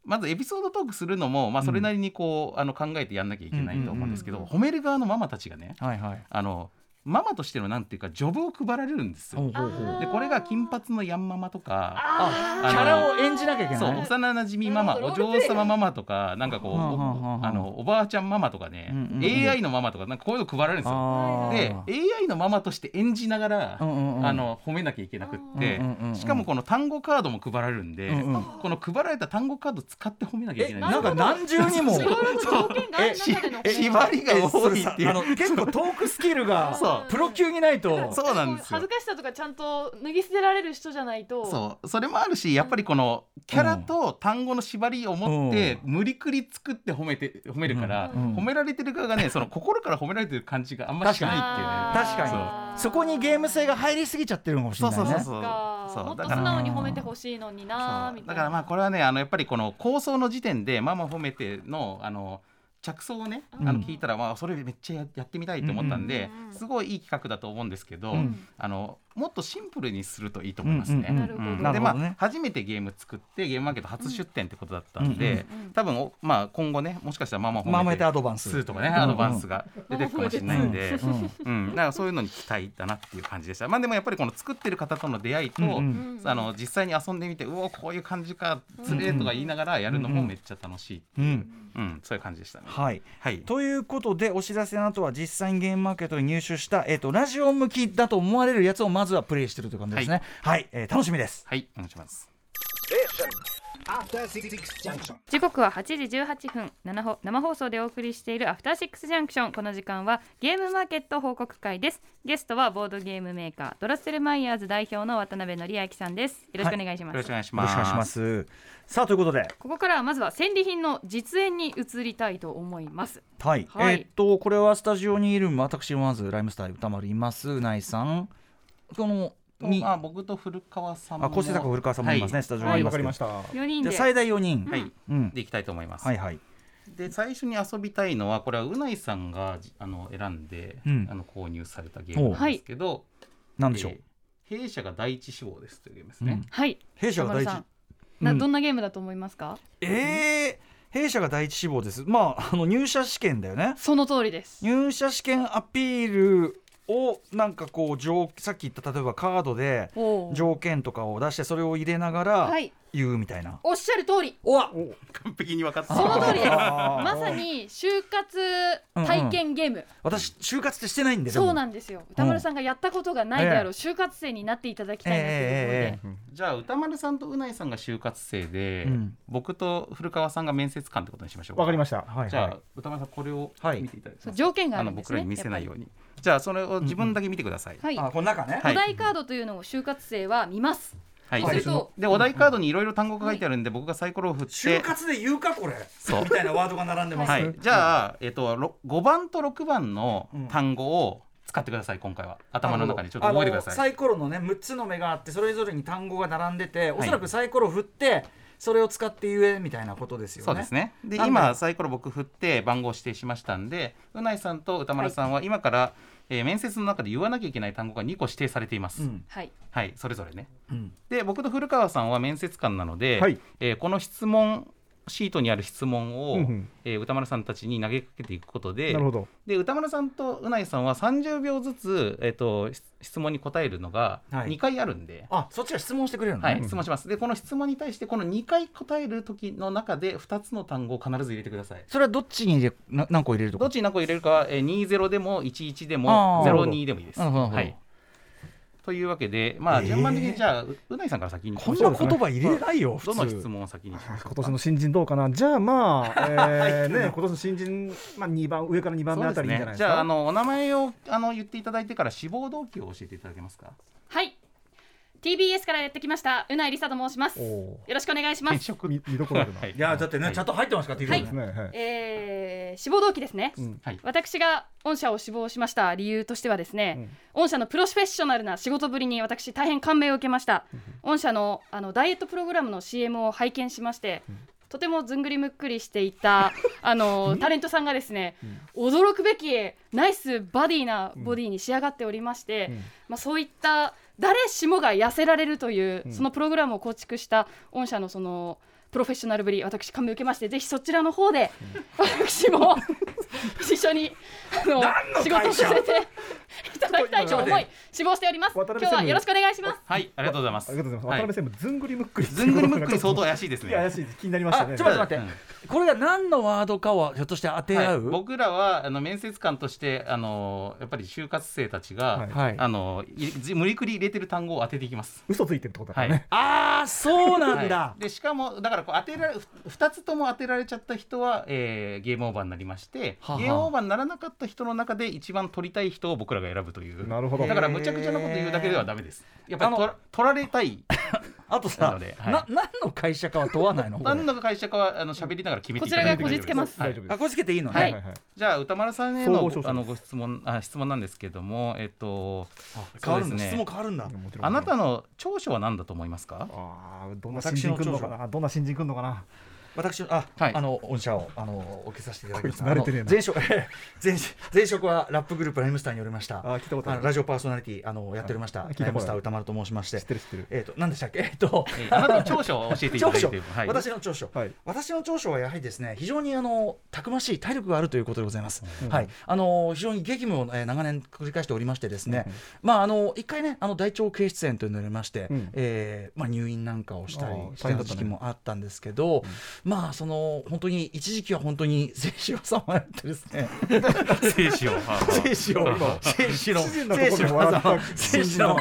[SPEAKER 5] まずエピソードトークするのも、まあ、それなりにこう、あの考えてやんなきゃいけないと思うんですけど、
[SPEAKER 3] うんうん
[SPEAKER 5] 褒める側のママたちがね
[SPEAKER 2] はいはい
[SPEAKER 5] あのママとしてのなんていうかジョブを配られるんです
[SPEAKER 2] ほ
[SPEAKER 5] よ
[SPEAKER 2] う。ほうほう
[SPEAKER 3] あ
[SPEAKER 5] でこれが金髪のヤンママとか
[SPEAKER 2] あ
[SPEAKER 5] あ
[SPEAKER 2] キ
[SPEAKER 5] の
[SPEAKER 2] ャラを演じなきゃいけ
[SPEAKER 5] そう
[SPEAKER 2] ない
[SPEAKER 5] 幼なじみママ
[SPEAKER 3] なる
[SPEAKER 5] お
[SPEAKER 3] ほど
[SPEAKER 5] 嬢様ママとかなんかこう
[SPEAKER 2] はあはあは
[SPEAKER 5] お
[SPEAKER 2] あ
[SPEAKER 5] あのおばあちゃんママとかね、
[SPEAKER 2] うんうんうん
[SPEAKER 5] AI のママとかなんかこういうの配られるんですよ。
[SPEAKER 2] あ
[SPEAKER 5] で
[SPEAKER 2] ー
[SPEAKER 5] AI のママとして演じながら、
[SPEAKER 2] うんうんうん
[SPEAKER 5] あの褒めなきゃいけなくって、
[SPEAKER 2] うんうんうんうん
[SPEAKER 5] しかもこの単語カードも配られるんで、
[SPEAKER 2] うんうん
[SPEAKER 5] この配られた単語カード使って褒めなきゃい
[SPEAKER 2] え
[SPEAKER 5] けない
[SPEAKER 2] なんか何重にも
[SPEAKER 3] いろいろ条件がある
[SPEAKER 5] し
[SPEAKER 3] 中での
[SPEAKER 5] 縛りが
[SPEAKER 2] えそ
[SPEAKER 5] 多
[SPEAKER 2] れ
[SPEAKER 5] いっ
[SPEAKER 2] さ
[SPEAKER 5] てい
[SPEAKER 2] あ
[SPEAKER 5] う
[SPEAKER 2] の結構トークスキル
[SPEAKER 5] そ
[SPEAKER 2] が
[SPEAKER 5] う
[SPEAKER 2] プロ級にないと
[SPEAKER 5] そうなんです
[SPEAKER 3] 恥ず
[SPEAKER 5] よ。
[SPEAKER 3] かしさとかちゃんと脱ぎ捨てられる人じゃないと
[SPEAKER 5] そうそれもあるしやっぱりこのキャラと単語の縛りを持って無理くり作って褒めて褒めるから、
[SPEAKER 2] うんうん
[SPEAKER 5] 褒められてる側がねその心から褒められてる感じがあんましないっていうね。
[SPEAKER 2] 確かにそこにゲーム性が入りすぎちゃってるのかもしれ
[SPEAKER 5] そう
[SPEAKER 2] ない
[SPEAKER 5] そ
[SPEAKER 2] ね
[SPEAKER 5] うそうそう
[SPEAKER 3] か
[SPEAKER 5] そう
[SPEAKER 3] もっと
[SPEAKER 5] だ
[SPEAKER 3] 素
[SPEAKER 5] から
[SPEAKER 3] 直に褒めてほしいのにな
[SPEAKER 5] そ
[SPEAKER 3] み
[SPEAKER 5] う
[SPEAKER 3] た
[SPEAKER 5] だ
[SPEAKER 3] い
[SPEAKER 5] から
[SPEAKER 3] な
[SPEAKER 5] まあこれはねあのやっぱりこの構想の時点で「ママ褒めての」あの着想をね、あの聞いたらまあそれめっちゃややってみたいと思ったんで、
[SPEAKER 3] うんうん
[SPEAKER 5] すごいいい企画だと思うんですけど、
[SPEAKER 2] うん
[SPEAKER 5] あのもっとシンプルにするといいと思いますね。
[SPEAKER 2] うんうん
[SPEAKER 3] うん
[SPEAKER 5] うん
[SPEAKER 3] な
[SPEAKER 5] で
[SPEAKER 2] るほ
[SPEAKER 5] ま
[SPEAKER 2] どね
[SPEAKER 5] あ初めてゲーム作ってゲームマーケット初出店ってことだったんで、
[SPEAKER 3] うんうん
[SPEAKER 5] 多分おまあ今後ねもしかしたらママ
[SPEAKER 2] ママ
[SPEAKER 5] 褒め
[SPEAKER 2] メ
[SPEAKER 5] て
[SPEAKER 2] てアドバンス
[SPEAKER 5] 2とかね、
[SPEAKER 2] うん
[SPEAKER 5] アドバンスが出てくかもしれないんで、
[SPEAKER 2] うんうん
[SPEAKER 5] うん、だからそういうのに期待だなっていう感じでした。まあでもやっぱりこの作ってる方との出会いと、
[SPEAKER 2] うんうん
[SPEAKER 5] あの実際に遊んでみて、うおこういう感じかつれーとか言いながらやるのもめっちゃ楽しい。
[SPEAKER 2] うん
[SPEAKER 5] うん、そういう感じでしたね。
[SPEAKER 2] はい
[SPEAKER 5] はい。
[SPEAKER 2] ということでお知らせの後は実際にゲームマーケットに入手した、えー、とラジオ向きだと思われるやつをまずはプレイしてるという感じですねはい、えー楽しみです
[SPEAKER 5] はい、お願いします。
[SPEAKER 6] After Six Junction.
[SPEAKER 4] 時刻は8時18分生放生放送でお送りしているアフターシックスジャンクションこの時間はゲームマーケット報告会ですゲストはボードゲームメーカードラッセルマイヤーズ代表の渡辺則明さんですよろしくお願いし
[SPEAKER 5] よ
[SPEAKER 4] ます、
[SPEAKER 5] ろしくお願いし
[SPEAKER 2] よろ
[SPEAKER 5] ます。
[SPEAKER 2] しくお願いしますさあということで
[SPEAKER 4] ここからはまずは戦利品の実演に移りたいと思います
[SPEAKER 2] はい、
[SPEAKER 4] はい
[SPEAKER 2] えーっとこれはスタジオにいる私まずライムスター歌丸いますナイさんこの
[SPEAKER 5] と
[SPEAKER 2] に
[SPEAKER 5] まあ僕と古川さんも。
[SPEAKER 2] あ小瀬坂古川さんもいますね、
[SPEAKER 5] はい
[SPEAKER 2] スタジオ
[SPEAKER 4] は
[SPEAKER 2] に
[SPEAKER 4] い
[SPEAKER 2] い
[SPEAKER 7] わ
[SPEAKER 2] ますけ
[SPEAKER 7] かり
[SPEAKER 2] ど、
[SPEAKER 7] ました。
[SPEAKER 4] 4人で
[SPEAKER 2] じゃあ最大4人、
[SPEAKER 5] はい、
[SPEAKER 2] うん
[SPEAKER 5] でいきたいと思います。
[SPEAKER 2] はいはい
[SPEAKER 5] で最初に遊びたいのはこれはうないさんがあの選んで、
[SPEAKER 2] うん
[SPEAKER 5] あの購入されたゲームなんですけど、
[SPEAKER 2] なんでしょう、
[SPEAKER 5] えー弊社が第一志望ですというゲームですね。
[SPEAKER 2] うん
[SPEAKER 3] はい
[SPEAKER 2] 弊社が第一
[SPEAKER 3] 田村さんな
[SPEAKER 2] うん
[SPEAKER 3] どんなゲームだと思いますか
[SPEAKER 2] えー、弊社が第一志望ですまああの入社試験だよね
[SPEAKER 3] その通りです
[SPEAKER 2] 入社試験アピールをなんかこう条さっき言った例えばカードで
[SPEAKER 3] おー
[SPEAKER 2] 条件とかを出してそれを入れながら
[SPEAKER 3] はい
[SPEAKER 2] 言うみたいな、
[SPEAKER 3] おっしゃる通りおわ
[SPEAKER 5] 完璧に分かった。
[SPEAKER 3] その通りです
[SPEAKER 2] あー
[SPEAKER 3] まさに就活体験ゲーム、
[SPEAKER 2] 私就活ってしてないんででも
[SPEAKER 3] そうなんですよ歌丸さんがやったことがないであろう就活生になっていただきたいなというところ
[SPEAKER 2] ええ
[SPEAKER 3] で
[SPEAKER 2] ええええ
[SPEAKER 5] じゃあ歌丸さんとうないさんが就活生で、
[SPEAKER 2] うん
[SPEAKER 5] 僕と古川さんが面接官ってことにしましょう
[SPEAKER 7] わかりま
[SPEAKER 5] し
[SPEAKER 7] した。
[SPEAKER 2] はいはい
[SPEAKER 5] じゃあ歌丸さんこれを
[SPEAKER 2] はい
[SPEAKER 5] 見ていただいて、
[SPEAKER 3] そう条件があ
[SPEAKER 5] あ
[SPEAKER 3] る
[SPEAKER 5] の
[SPEAKER 3] んです
[SPEAKER 5] 僕
[SPEAKER 3] ね
[SPEAKER 5] らに見せないよ
[SPEAKER 3] う
[SPEAKER 5] うにじゃあそれを自分だけ見てください、
[SPEAKER 3] はい
[SPEAKER 2] あこの中ね、
[SPEAKER 5] はい
[SPEAKER 3] お題カードというのを就活生は見ます
[SPEAKER 5] はい
[SPEAKER 3] そうすると
[SPEAKER 5] でお題カードにいろいろ単語が書いてあるんで、僕がサイコロを振って
[SPEAKER 2] 就活で言うかこれ
[SPEAKER 5] そう
[SPEAKER 2] みたいなワードが並んでます、
[SPEAKER 5] はい、じゃあ、えっと、ろ5番と6番の単語を使ってください、今回は頭の中にちょっと覚えてく
[SPEAKER 2] あ
[SPEAKER 5] だ
[SPEAKER 2] の
[SPEAKER 5] さ
[SPEAKER 2] サ
[SPEAKER 5] い
[SPEAKER 2] イコロのね6つの目があってそれぞれに単語が並んでて、おそらくサイコロ振ってそれを使って言えみたいなことですよね
[SPEAKER 5] そうですねで
[SPEAKER 2] なんで
[SPEAKER 5] 今サイコロ僕振って番号を指定しましたんでうないさんと歌丸さんは今から、えー面接の中で言わなきゃいけない単語が2個指定されています、
[SPEAKER 2] うん
[SPEAKER 3] はい
[SPEAKER 5] はいそれぞれね
[SPEAKER 2] うん
[SPEAKER 5] で僕と古川さんは面接官なので、
[SPEAKER 7] はい
[SPEAKER 5] えーこの質問シートにある質問を、
[SPEAKER 7] うんうん
[SPEAKER 5] えー歌丸さんたちに投げかけていくことで
[SPEAKER 7] なるほど。
[SPEAKER 5] で歌丸さんとうないさんは30秒ずつ、えっとし質問に答えるのが
[SPEAKER 2] はい
[SPEAKER 5] 2回あるんで、
[SPEAKER 2] あそっちは質問してくれるの
[SPEAKER 5] は
[SPEAKER 2] ね、
[SPEAKER 5] い質問しますでこの質問に対してこの2回答える時の中で2つの単語を必ず入れてください
[SPEAKER 2] それはどっちに入れな何個入れると
[SPEAKER 5] どっ
[SPEAKER 2] か
[SPEAKER 5] ちに何個入れるかは、えー、20でも11で
[SPEAKER 2] あ
[SPEAKER 5] も
[SPEAKER 2] ー
[SPEAKER 5] 02でもいいです
[SPEAKER 2] なるほどなるほど
[SPEAKER 5] はい、というわけでまあ
[SPEAKER 2] えー
[SPEAKER 5] 順番的にじゃあ、ううないさんから先に
[SPEAKER 2] こんな言葉入れないよ普
[SPEAKER 5] ど
[SPEAKER 2] 通
[SPEAKER 5] の質問を先にします
[SPEAKER 7] 今年の新人どうかな。じゃあま あ、えー
[SPEAKER 5] 入ってる
[SPEAKER 7] ね今年の新人まあ二番上から二番目あたりいいんじゃないです
[SPEAKER 5] じゃああ
[SPEAKER 7] か。
[SPEAKER 5] のお名前をあの言っていただいてから志望動機を教えていただけますか
[SPEAKER 3] はい TBS からやってきましたうないりさと申しますよ
[SPEAKER 7] お
[SPEAKER 3] ろしくお願いしま
[SPEAKER 5] 転
[SPEAKER 3] す
[SPEAKER 5] 職
[SPEAKER 7] 見見どころあるな
[SPEAKER 5] はい
[SPEAKER 2] いやだってね、
[SPEAKER 5] はい
[SPEAKER 2] ちゃんと入ってますからっていう
[SPEAKER 3] はい
[SPEAKER 7] お。ねはい。
[SPEAKER 3] えー、志望動機ですね、
[SPEAKER 7] うん
[SPEAKER 5] はい
[SPEAKER 3] 私が御社を志望しました理由としてはですね、御社のプロフェッショナルな仕事ぶりに私大変感銘を受けました、御社のあのダイエットプログラムの CM を拝見しまして、とてもずんぐりむっくりしてい たあのタレントさんがですね、驚くべきナイスバディなボディに仕上がっておりまして、まあ、そういった誰しもが痩せられるという、そのプログラムを構築した御社のそのプロフェッショナルぶり私感銘を受けましてぜひそちらの方で、私も一緒にあの仕事をさせていただきたいと思い志望しております
[SPEAKER 7] 渡
[SPEAKER 3] 今日
[SPEAKER 7] 辺
[SPEAKER 3] は
[SPEAKER 7] 専務
[SPEAKER 3] よろしくお願いします
[SPEAKER 5] はい、ありがとうございます。
[SPEAKER 7] ありがとうございます。渡
[SPEAKER 5] はい
[SPEAKER 7] 辺専務ずんぐりむっくり。
[SPEAKER 5] ずんぐりむっくり相当怪しいです
[SPEAKER 7] い
[SPEAKER 5] ね。
[SPEAKER 7] や怪しいです気になりました
[SPEAKER 2] あ
[SPEAKER 7] ね。
[SPEAKER 2] ちょっと待って待って、これが何のワードかをひょっとして当て
[SPEAKER 5] はい
[SPEAKER 2] 合う、
[SPEAKER 5] 僕らはあの面接官としてあのやっぱり就活生たちが、
[SPEAKER 7] はい
[SPEAKER 2] はい
[SPEAKER 5] あのいじ無理くり入れてる単語を当てていきます。
[SPEAKER 7] 嘘ついてるってことだか
[SPEAKER 5] は
[SPEAKER 7] ら
[SPEAKER 5] い。
[SPEAKER 7] ね。
[SPEAKER 2] ああそうなんだ、
[SPEAKER 5] はいでしかもだからこう当てられ2つとも当てられちゃった人は、えーゲームオーバーになりまして
[SPEAKER 2] はあはあ
[SPEAKER 5] ゲームオーバーにならなかった人の中で一番取りたい人を僕らが選ぶという
[SPEAKER 7] なるほど
[SPEAKER 5] だからむちゃくちゃなこと言うだけではダメですやっぱり
[SPEAKER 2] あ
[SPEAKER 5] 取
[SPEAKER 2] の
[SPEAKER 5] ら取られたい
[SPEAKER 2] あと
[SPEAKER 5] な
[SPEAKER 2] さ
[SPEAKER 5] のではい
[SPEAKER 2] な何の会社かは問わないのこれ
[SPEAKER 5] 何の会社かはあの喋りながら決めていただいて
[SPEAKER 3] こちらがこじつけます
[SPEAKER 5] はい
[SPEAKER 7] 大丈夫です。
[SPEAKER 2] あこれつけていいのね、
[SPEAKER 3] はい
[SPEAKER 7] はいはい。
[SPEAKER 5] じゃあ歌丸さんへ
[SPEAKER 7] 総合
[SPEAKER 5] の
[SPEAKER 7] 商社
[SPEAKER 5] あのご質問あ質問なんですけどもえっと
[SPEAKER 2] あ変わるんだ、
[SPEAKER 5] そうですね
[SPEAKER 2] 質問変わるんだ
[SPEAKER 7] もちろん
[SPEAKER 5] あなたの長所は何だと思いますか
[SPEAKER 7] ああどんな新人来るの
[SPEAKER 2] 私
[SPEAKER 7] か
[SPEAKER 2] の長
[SPEAKER 7] な。どんな新人来るのかな。
[SPEAKER 2] 私あ、
[SPEAKER 5] はい
[SPEAKER 2] あの御社をあのお受けさせていただきました。
[SPEAKER 7] こいつ慣れてねえな
[SPEAKER 2] あの前職 前前職はラップグループライムスターによりました。
[SPEAKER 7] あ聞いたことある
[SPEAKER 2] のラジオパーソナリティあのやっておりました。
[SPEAKER 7] あ聞い
[SPEAKER 2] ラ
[SPEAKER 7] たことある
[SPEAKER 2] イムスター歌丸と申しまして。
[SPEAKER 7] 知ってる知ってる
[SPEAKER 2] えっ、と何でしたっけ？えっ、と。
[SPEAKER 5] えーあなたの長所を教えていた
[SPEAKER 2] 長
[SPEAKER 5] だい
[SPEAKER 2] 所
[SPEAKER 5] て、はい、
[SPEAKER 2] 私の長所、
[SPEAKER 7] はい
[SPEAKER 2] 私の長所はやはりですね非常にあのたくましい体力があるということでございます、はいあの非常に激務を、えー長年繰り返しておりましてですね、まああの一回ねあの大腸憩室炎というのになりまして、
[SPEAKER 7] うん
[SPEAKER 2] えーまあ入院なんかをしたり
[SPEAKER 7] あー
[SPEAKER 2] し
[SPEAKER 7] 大変
[SPEAKER 2] た
[SPEAKER 7] だった
[SPEAKER 2] 時
[SPEAKER 7] ね
[SPEAKER 2] 期もあったんですけど、まあその本当に一時期は本当に 精子をさまよってですね
[SPEAKER 5] 精 子をはあはあ
[SPEAKER 2] 精子を精子の
[SPEAKER 7] 人のと
[SPEAKER 2] 精
[SPEAKER 7] こ
[SPEAKER 2] 子
[SPEAKER 7] で
[SPEAKER 2] の狭
[SPEAKER 7] 笑った
[SPEAKER 2] 間精子の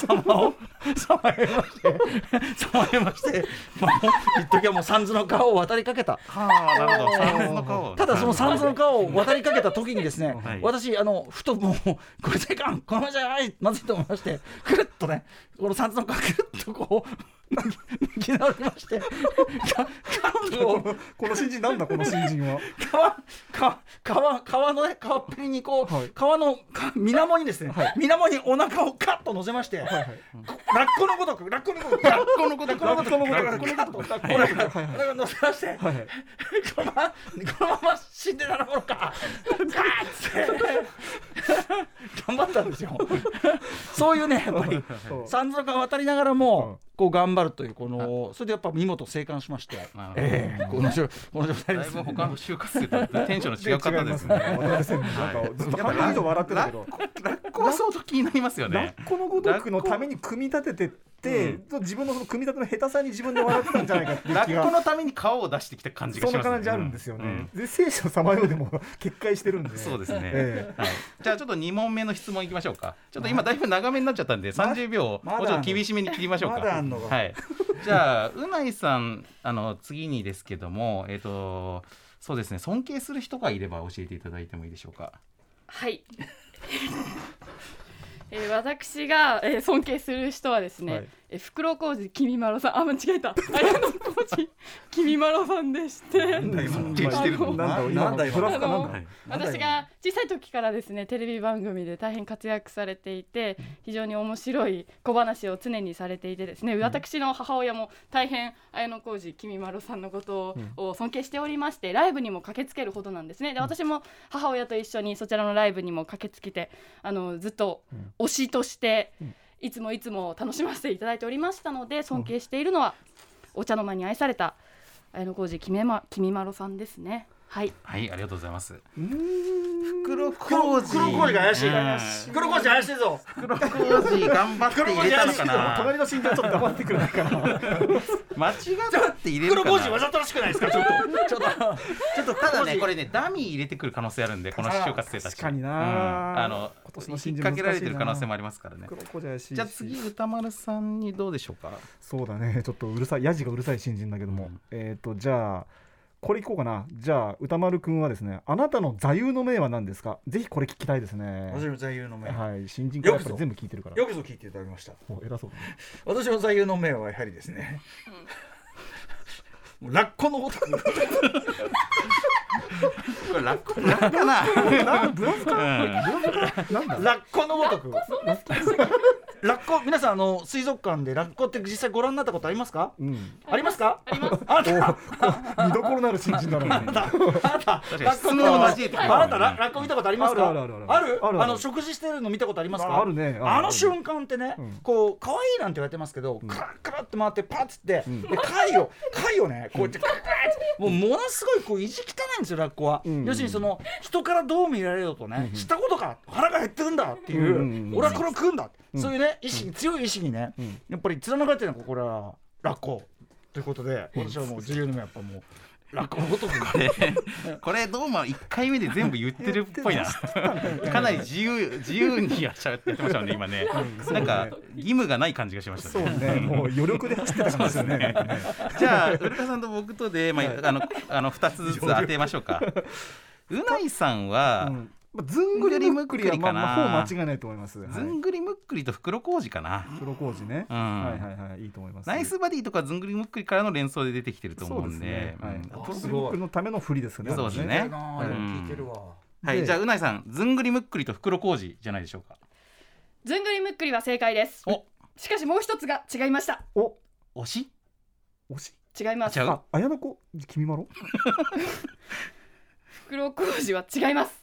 [SPEAKER 2] 狭間をさまえましてさまえましてまあ一時はもう三途の川を渡りかけた
[SPEAKER 5] はあなるほど三列の顔
[SPEAKER 2] ただその三途の川を渡りかけた時にですね、
[SPEAKER 5] はい
[SPEAKER 2] 私あのふともうこれでいかんこのままじゃないまずいと思いましてくるっとねこの三途の川くるっとこう抜き抜き直りましてか幹部を
[SPEAKER 7] この新人なんだこの新人 は
[SPEAKER 2] 川か川川のね川っぺりにこう、
[SPEAKER 7] はい
[SPEAKER 2] 川のか水面にですね、
[SPEAKER 7] はい
[SPEAKER 2] 水面にお腹をカッと乗せまして、
[SPEAKER 7] はいはい
[SPEAKER 2] こラッコのごとくラッコのごとく ラッコのごとくラッコのごとくラッコのごとくラッコのごとくラッコのごとくお腹乗せまして、
[SPEAKER 7] はいはい
[SPEAKER 2] このままこのまま死んでならものかガーッて頑張ったんですよそういうねやっぱり
[SPEAKER 7] そう
[SPEAKER 2] 三途の川渡りながらも、
[SPEAKER 7] うん
[SPEAKER 2] こう頑張るというこのそれでやっぱ見事生還しまして、
[SPEAKER 5] なるほど
[SPEAKER 2] ええこの状この状態で
[SPEAKER 5] だい
[SPEAKER 2] す
[SPEAKER 5] ぶ他の就活生とテンションの違う
[SPEAKER 7] 違
[SPEAKER 5] 方
[SPEAKER 7] い
[SPEAKER 5] で
[SPEAKER 7] ますす
[SPEAKER 5] ね
[SPEAKER 7] ね渡辺専務なんかずっと半分以上笑ってたけど
[SPEAKER 5] ここは相当気になりますよ
[SPEAKER 7] ラ
[SPEAKER 5] ね
[SPEAKER 7] ッコのごとくのために組み立ててって、自分のその組み立ての下手さに自分で笑ってたんじゃないかっていう
[SPEAKER 5] ラ
[SPEAKER 7] 気
[SPEAKER 5] ッコ
[SPEAKER 7] が。
[SPEAKER 5] のために顔を出してきた感じが
[SPEAKER 7] そん
[SPEAKER 5] しま
[SPEAKER 7] な
[SPEAKER 5] すね
[SPEAKER 7] 感じあるんですよね。
[SPEAKER 5] ううん
[SPEAKER 7] で、聖書さまようでも 決壊してるんで。
[SPEAKER 5] そうですね、
[SPEAKER 7] え
[SPEAKER 5] はい、じゃあちょっと2問目の質問いきましょうかちょっと今だいぶ長めになっちゃったんで30秒を
[SPEAKER 2] まだ
[SPEAKER 5] もうちょっと厳しめに切りましょうか
[SPEAKER 2] まだあんのか
[SPEAKER 5] はい、じゃあうないさんあの次にですけどもえっ、とそうですね尊敬する人がいれば教えていただいてもいいでしょうか
[SPEAKER 3] はい。 えー、私が、えー、尊敬する人はですね、
[SPEAKER 7] はい
[SPEAKER 3] えー、袋小路きみまろさん、あ、間違えた。綾野小路きみまろさんでして。
[SPEAKER 7] え
[SPEAKER 5] 尊敬してる
[SPEAKER 7] な
[SPEAKER 5] の
[SPEAKER 7] んだ
[SPEAKER 2] あの
[SPEAKER 7] 今の
[SPEAKER 2] なんだ今
[SPEAKER 7] フラス
[SPEAKER 3] あ
[SPEAKER 7] かなん
[SPEAKER 3] の
[SPEAKER 7] だ。
[SPEAKER 3] 私が小さい時からですねテレビ番組で大変活躍されていて非常に面白い小話を常にされていてですね私の母親も大変綾小路きみまろさんのことをを尊敬しておりましてライブにも駆けつけるほどなんですねで私も母親と一緒にそちらのライブにも駆けつけてあのずっと推しとしていつもいつも楽しませていただいておりましたので尊敬しているのはお茶の間に愛された綾小路きみまきみまろさんですね。はい
[SPEAKER 5] はいありがとうございます
[SPEAKER 2] 黒黒黒工事が怪しい黒工事怪しいぞ
[SPEAKER 5] 黒工事頑張って入れたのかな
[SPEAKER 7] 隣の新人はちょっと黙ってくれないかな。
[SPEAKER 5] 間違って入れる
[SPEAKER 2] 黒
[SPEAKER 5] か
[SPEAKER 2] 工事
[SPEAKER 5] な
[SPEAKER 2] わざとらしくないですかちょっとちょっとちょっと
[SPEAKER 5] ただ
[SPEAKER 2] 黒
[SPEAKER 5] ね
[SPEAKER 2] 工事
[SPEAKER 5] これねダミー入れてくる可能性あるんでこの就活生たち
[SPEAKER 7] 確かにな
[SPEAKER 5] うんあの
[SPEAKER 7] 今年
[SPEAKER 5] 引
[SPEAKER 7] の
[SPEAKER 5] っ
[SPEAKER 7] 新人
[SPEAKER 5] 掛けられてる可能性もあ
[SPEAKER 7] 難しいな
[SPEAKER 5] りますからね
[SPEAKER 7] 黒子じゃし。
[SPEAKER 5] じゃあ次。歌丸さんにどうでしょうか
[SPEAKER 7] そうだね。ちょっとうるさい、ヤジがうるさい新人だけども。
[SPEAKER 5] うん
[SPEAKER 7] えっ、と、じゃあ。これいこうかな。じゃあ、歌丸くんはですね、あなたの座右の銘は何ですか。ぜひこれ聞きたいですね。
[SPEAKER 2] 私の座右の銘
[SPEAKER 7] はい、新人からやっぱり全部聞いてるから。
[SPEAKER 2] よくぞ聞いていただきました
[SPEAKER 7] お偉そう。
[SPEAKER 2] 私の座右の銘はやはりですね、もうラッコのごとく
[SPEAKER 5] これ楽楽かな
[SPEAKER 7] なんブラフか。
[SPEAKER 5] うん
[SPEAKER 7] なんだ。
[SPEAKER 2] ラッコのごとくラッコ皆さんあの水族館でラッコって実際ご覧になったことありますか
[SPEAKER 7] うん。
[SPEAKER 2] ありますかありますあなた
[SPEAKER 7] お、見どころのある新人だな。
[SPEAKER 2] あなた
[SPEAKER 5] 確かに
[SPEAKER 2] ラッコ見
[SPEAKER 5] 質
[SPEAKER 2] たこ
[SPEAKER 5] 問を
[SPEAKER 2] と
[SPEAKER 5] 交えて
[SPEAKER 2] あなたララッコ見たことありますか
[SPEAKER 7] あるあるある
[SPEAKER 2] あ
[SPEAKER 7] あ
[SPEAKER 2] る
[SPEAKER 7] る
[SPEAKER 2] あ
[SPEAKER 7] あるある
[SPEAKER 2] の食事してるの見たことありますか
[SPEAKER 7] ああるねある
[SPEAKER 2] あの瞬間ってね
[SPEAKER 7] うん
[SPEAKER 2] こう可愛いなんて言われてますけどカラッカラッて回ってパッつって
[SPEAKER 7] ん
[SPEAKER 2] で貝を貝をねこうやってカラッカラッてもうものすごいこう意地汚いんですよラッコは
[SPEAKER 7] ん
[SPEAKER 2] 要するにその人からどう見られようとね知ったことか腹が減ってるんだって
[SPEAKER 7] うんうん
[SPEAKER 2] いううん俺はこれを食うんだそういうね意識強い意識にねやっぱり貫かれてるのがこれはラッコということで私はもう自由の目やっぱもうラッコのごとく
[SPEAKER 5] これ これどうも1回目で全部言ってるっぽいなかなり自由自由にやっしゃってましたよね今ねなんか義務がない感じがしました
[SPEAKER 7] そう
[SPEAKER 5] ね
[SPEAKER 7] ね、もう余力で走ってた 感じですよね。なんかね
[SPEAKER 5] じゃあウルカさんと僕とで、まあ、あのあの2つずつ当てましょうかうないさんは、
[SPEAKER 7] うんまあずんぐりむっくりはまあまあ
[SPEAKER 5] ずんぐりむっくりかな
[SPEAKER 7] ほぼ間違いないと思います。はい
[SPEAKER 5] ずんぐりむっくりと袋小路かな、
[SPEAKER 7] 黒麹ね。
[SPEAKER 5] うん
[SPEAKER 7] はいはいはいいいと思います。
[SPEAKER 5] ナイスバディとかずんぐりむっくりからの連想で出てきてると思
[SPEAKER 7] そううんです
[SPEAKER 5] で
[SPEAKER 7] ね。はい
[SPEAKER 5] うん。
[SPEAKER 7] 黒麹むっくりのための振りですよね。
[SPEAKER 5] そうですね
[SPEAKER 7] これ
[SPEAKER 2] いいなあ
[SPEAKER 5] うん
[SPEAKER 2] 聞いてるわ
[SPEAKER 5] は
[SPEAKER 7] で
[SPEAKER 5] い、じゃあうないさんずんぐりむっくりと袋小路じゃないでしょうか
[SPEAKER 3] ずんぐりむっくりは正解です
[SPEAKER 5] お
[SPEAKER 3] しかしもう一つが違いました
[SPEAKER 7] お、
[SPEAKER 5] 推し
[SPEAKER 7] おし。
[SPEAKER 3] 違います
[SPEAKER 5] 違う
[SPEAKER 7] あ綾菜子君まろ
[SPEAKER 3] 袋小路は違います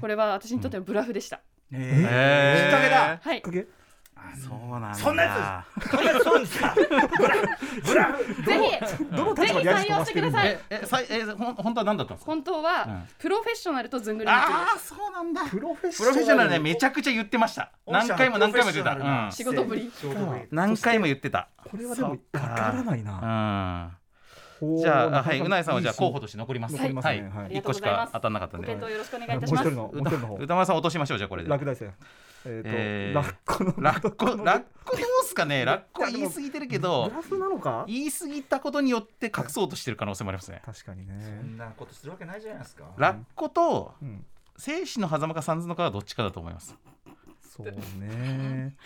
[SPEAKER 3] これは私にとってのブラフでした、
[SPEAKER 5] え
[SPEAKER 2] き
[SPEAKER 5] ー
[SPEAKER 2] っかけだ
[SPEAKER 3] はい
[SPEAKER 7] かけ
[SPEAKER 5] そうなんだ
[SPEAKER 2] そんなやこれそうですかブラ フ
[SPEAKER 3] ぜひ
[SPEAKER 7] どの立場でやり飛ばしてるんだ
[SPEAKER 3] ぜひ採用してください
[SPEAKER 5] ええさいえほん本当は何だったんですか
[SPEAKER 3] 本当
[SPEAKER 5] うん
[SPEAKER 3] はプロフェッショナルとずんぐりむち
[SPEAKER 5] ああそうなんだ
[SPEAKER 7] プロフェッシ
[SPEAKER 5] プロフェッショナルね
[SPEAKER 7] ね
[SPEAKER 5] めちゃくちゃ言ってました何回も何回も言ってた、うん
[SPEAKER 3] 仕事ぶり
[SPEAKER 2] 仕事ぶり
[SPEAKER 5] 何回も言ってた
[SPEAKER 7] これはでも
[SPEAKER 5] そ
[SPEAKER 7] わ
[SPEAKER 5] っか
[SPEAKER 7] からないなほう
[SPEAKER 5] じゃあ、
[SPEAKER 7] な
[SPEAKER 5] は
[SPEAKER 7] か
[SPEAKER 5] い、
[SPEAKER 7] な
[SPEAKER 5] う
[SPEAKER 7] か
[SPEAKER 5] なえさんはじゃあ
[SPEAKER 7] いい
[SPEAKER 5] 候補として残ります。
[SPEAKER 7] 残りますね
[SPEAKER 5] はい
[SPEAKER 7] はい
[SPEAKER 3] あり
[SPEAKER 5] 一
[SPEAKER 3] がとう
[SPEAKER 5] 個し
[SPEAKER 3] ございます
[SPEAKER 5] か当たんなかったん
[SPEAKER 3] ご
[SPEAKER 5] で。
[SPEAKER 3] 検
[SPEAKER 5] は
[SPEAKER 3] 討
[SPEAKER 5] い
[SPEAKER 3] よろしくお願いいた
[SPEAKER 7] もう
[SPEAKER 3] し
[SPEAKER 7] 一
[SPEAKER 3] ます
[SPEAKER 7] 人のもう一人の方
[SPEAKER 5] 歌丸さん落としましょう、じゃあこれで。
[SPEAKER 7] 落第生えっ、と、
[SPEAKER 5] えー
[SPEAKER 7] ラッコの
[SPEAKER 5] ラッコ、ラッコどうすかね、ラッコは言い過ぎてるけど
[SPEAKER 7] グ、ラフなのか
[SPEAKER 5] 言い過ぎたことによって隠そうとしてる可能性もありますね。
[SPEAKER 7] 確かに
[SPEAKER 2] そ
[SPEAKER 7] ね
[SPEAKER 2] んなことするわけないじゃないですか
[SPEAKER 5] ラッコと
[SPEAKER 7] うん
[SPEAKER 5] 生死の狭間か三途の川はどっちかだと思います。
[SPEAKER 7] そうね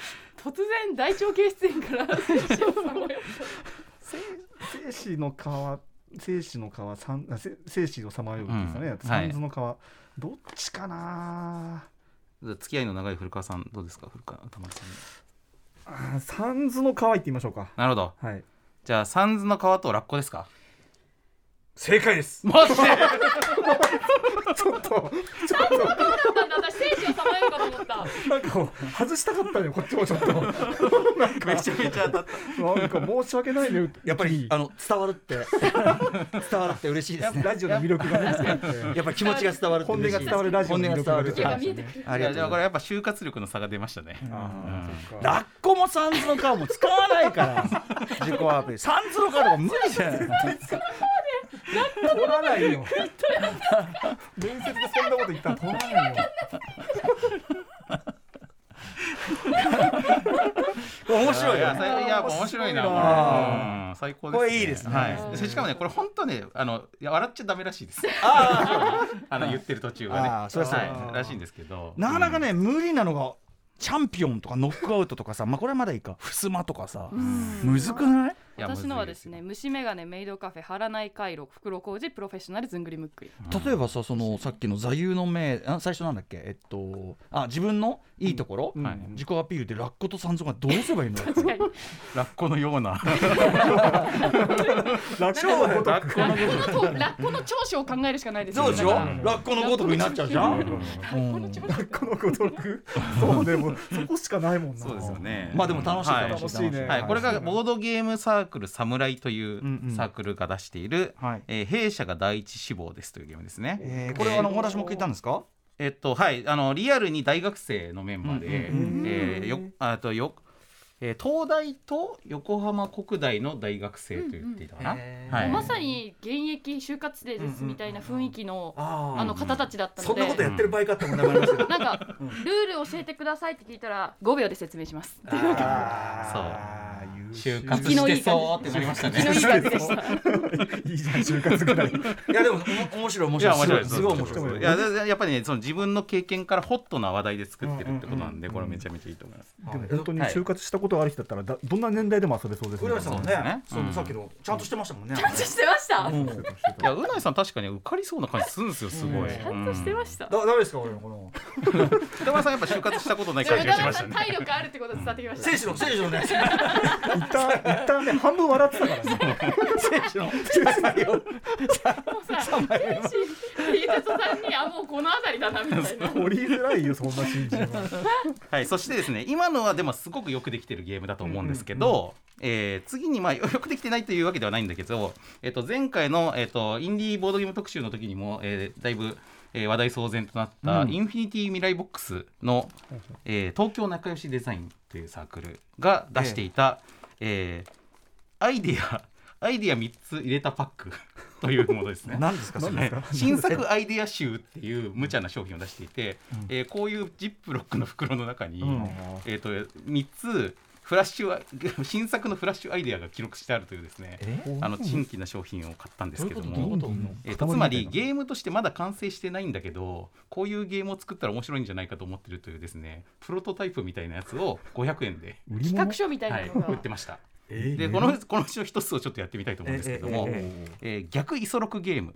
[SPEAKER 3] 突然大腸憩室炎 から
[SPEAKER 7] 生死の川生死の川三あせ生死をさまようですよね、
[SPEAKER 5] うんはい
[SPEAKER 7] 三途の川、どっちかな
[SPEAKER 5] 付き合いの長い古川さん、どうですか、古川、歌丸さん。
[SPEAKER 7] あー三途の川行ってみましょうか
[SPEAKER 5] なるほど。
[SPEAKER 7] はい
[SPEAKER 5] じゃあ、三途の川とラッコですか。
[SPEAKER 2] 正解です
[SPEAKER 5] マジで。
[SPEAKER 3] なんだ私精神をさまようかと 思った
[SPEAKER 7] なんかこう外したかったねこっちもちょっとなんか
[SPEAKER 5] めちゃめちゃ当たった。
[SPEAKER 7] なんか申し訳ないね
[SPEAKER 2] やっぱり
[SPEAKER 7] 君
[SPEAKER 2] あの伝わるって伝わるって嬉しいですね
[SPEAKER 7] ラジオの魅力 がね
[SPEAKER 2] やっぱり気持ちが伝わるって
[SPEAKER 7] 本音
[SPEAKER 2] 嬉しい
[SPEAKER 7] が伝わるラジオの魅力が出て
[SPEAKER 2] 本
[SPEAKER 7] ま
[SPEAKER 2] 音が
[SPEAKER 7] した
[SPEAKER 3] 見えて
[SPEAKER 7] ね
[SPEAKER 3] くる
[SPEAKER 2] ありがとう
[SPEAKER 5] じゃあ、
[SPEAKER 2] ござ
[SPEAKER 5] こ
[SPEAKER 2] い
[SPEAKER 5] れやっぱ就活力の差が出ましたね。
[SPEAKER 7] あーそ
[SPEAKER 2] ま
[SPEAKER 7] っか
[SPEAKER 2] すラッコもサンズの顔も使わないから自己アピールサンズの顔とか無理じゃない
[SPEAKER 7] 取らないよ。面接でそんなこと言ったら取らないよ。
[SPEAKER 2] 面白い
[SPEAKER 5] い
[SPEAKER 2] よ
[SPEAKER 5] や
[SPEAKER 2] ね
[SPEAKER 5] さいや面白いな。これ
[SPEAKER 2] な
[SPEAKER 5] うん最高
[SPEAKER 2] これいいですね
[SPEAKER 5] はい。しかもねこれ本当ねあのいや笑っちゃダメらしい です。あの言ってる途中はね。
[SPEAKER 2] あーそりゃそうだ
[SPEAKER 5] はいらしいんですけど。
[SPEAKER 2] なかなかね無理なのがチャンピオンとかノックアウトとかさまあこれはまだいいかふすまとかさむずくない
[SPEAKER 5] いや
[SPEAKER 3] 私のはです。
[SPEAKER 5] むずい
[SPEAKER 3] ね虫眼鏡メイドカフェ張らない回路袋小路プロフェッショナルずんぐりむっく り
[SPEAKER 2] 例えばさそのさっきの座右の銘あ最初なんだっけえっとあ自分のいいところ、
[SPEAKER 5] んはい
[SPEAKER 2] 自己アピールでラッコと三蔵がどうすればいいの
[SPEAKER 3] 確かに
[SPEAKER 5] ラッコのような。
[SPEAKER 7] 楽勝ごと
[SPEAKER 5] ラッコの
[SPEAKER 3] このとラッコの長所を考えるしかないですよねだから
[SPEAKER 2] ッコのごとくになっちゃうじゃん、うん
[SPEAKER 7] このごとく。そうでもそこしかないもんな。
[SPEAKER 5] そうですよ。ね。
[SPEAKER 2] まあでも楽しい
[SPEAKER 5] はい
[SPEAKER 2] 楽しい
[SPEAKER 7] 楽しいね
[SPEAKER 5] はい、これがボードゲームサークル「サムライ」とい
[SPEAKER 2] んうん
[SPEAKER 5] うサークルが出している「
[SPEAKER 2] はい
[SPEAKER 5] えー弊社が第一志望です」というゲームですね。
[SPEAKER 2] えーこれはあのお話も聞いたんですか、
[SPEAKER 5] えっとはいあのリアルに大学生のメンバーで、えーよあとよえー東大と横浜国大の大学生と言っていたかな、
[SPEAKER 2] うんうんへー
[SPEAKER 5] はい、
[SPEAKER 3] まさに現役就活生ですみたいな雰囲気の
[SPEAKER 2] あ
[SPEAKER 3] あの方たちだったので
[SPEAKER 5] やってる
[SPEAKER 2] 場合かってもなりますよ
[SPEAKER 3] なんかルール教えてくださいって聞いたら5秒で説明します
[SPEAKER 7] あー優秀
[SPEAKER 5] 就活してそうってなりましたね
[SPEAKER 3] 気のいい感じでした
[SPEAKER 7] いいじゃん就活ぐらい。
[SPEAKER 2] いやでもお面白い面
[SPEAKER 5] い
[SPEAKER 2] 白
[SPEAKER 5] や
[SPEAKER 2] い
[SPEAKER 5] 面白い
[SPEAKER 2] すごい面白い
[SPEAKER 5] そうそうそういやだだやっぱりねその自分の経験からホットな話題で作ってるってことなんで、これめちゃめちゃいいと思います。
[SPEAKER 7] でも本当に就活したことある人だったらだどんな年代でも遊べそうです
[SPEAKER 2] 古谷さんも
[SPEAKER 5] そうです
[SPEAKER 2] ね
[SPEAKER 5] ね
[SPEAKER 2] そのさっきのちゃんとしてましたもんね
[SPEAKER 3] してました
[SPEAKER 2] うん
[SPEAKER 5] いやうないさん確かに受かりそうな感じするんですよすごい。
[SPEAKER 3] ちゃんとしてました
[SPEAKER 2] だダメですか俺のこ の
[SPEAKER 5] 北村さんやっぱ就活したことない
[SPEAKER 3] でも
[SPEAKER 5] 感じ
[SPEAKER 3] 宇
[SPEAKER 5] がし
[SPEAKER 3] 田川
[SPEAKER 5] まし
[SPEAKER 3] さ
[SPEAKER 5] た
[SPEAKER 3] ん
[SPEAKER 5] ね。
[SPEAKER 3] 体力あるってこと伝わってき ました
[SPEAKER 2] 選手の選手のね
[SPEAKER 7] 一旦一旦ね半分笑ってたからね。
[SPEAKER 2] 選手の選手の
[SPEAKER 3] もうさ天使リーゼトさんにあもうこの辺りだなみた いな
[SPEAKER 7] 折りづらいよそんな新人は。
[SPEAKER 5] はい、そしてですね今のはでもすごくよくできてるゲームだと思うんですけど、えー次に、まあ、よ よくできてないというわけではないんだけど、えっと前回の、えっとインディーボードゲーム特集の時にも、えーだいぶ、えー話題騒然となった、インフィニティ未来ボックスの、えー東京仲良しデザインというサークルが出していた、えーアイディアアイディア3つ入れたパック というものですね。
[SPEAKER 2] 何ですかそれ
[SPEAKER 5] ね新作アイデア集っていう無茶な商品を出していて、えーこういうジップロックの袋の中に、
[SPEAKER 2] ん
[SPEAKER 5] えー、と3つフラッシュア 新作のフラッシュアイデアが記録してあるというですね
[SPEAKER 2] え
[SPEAKER 5] あの珍奇な商品を買ったんですけど
[SPEAKER 2] どういうこ
[SPEAKER 5] も
[SPEAKER 2] と。
[SPEAKER 5] えーとつまりゲームとしてまだ完成してないんだけどこういうゲームを作ったら面白いんじゃないかと思ってるというですねプロトタイプみたいなやつを500円で、
[SPEAKER 3] 企画書みたい
[SPEAKER 5] は
[SPEAKER 3] ないのが、
[SPEAKER 5] 売ってましたでこのこのうちの一つをちょっとやってみたいと思うんですけども、え
[SPEAKER 2] えええええ
[SPEAKER 5] ー逆イソロクゲーム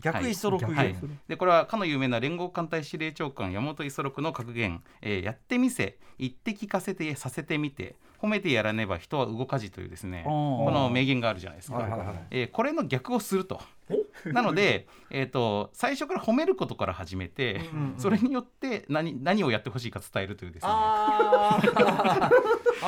[SPEAKER 2] 逆
[SPEAKER 5] はい
[SPEAKER 2] イソロクゲーム、
[SPEAKER 5] はいでこれはかの有名な連合艦隊司令長官山本五十六の格言、えーやってみせ言って聞かせてさせてみて褒めてやらねば人は動かじというですね
[SPEAKER 2] あー
[SPEAKER 5] この名言があるじゃないですか、
[SPEAKER 2] はいはいはい
[SPEAKER 5] えーこれの逆をすると。 なので、えー、と最初から褒めることから始めて、それによって何何をやってほしいか伝えるというですね。
[SPEAKER 2] あー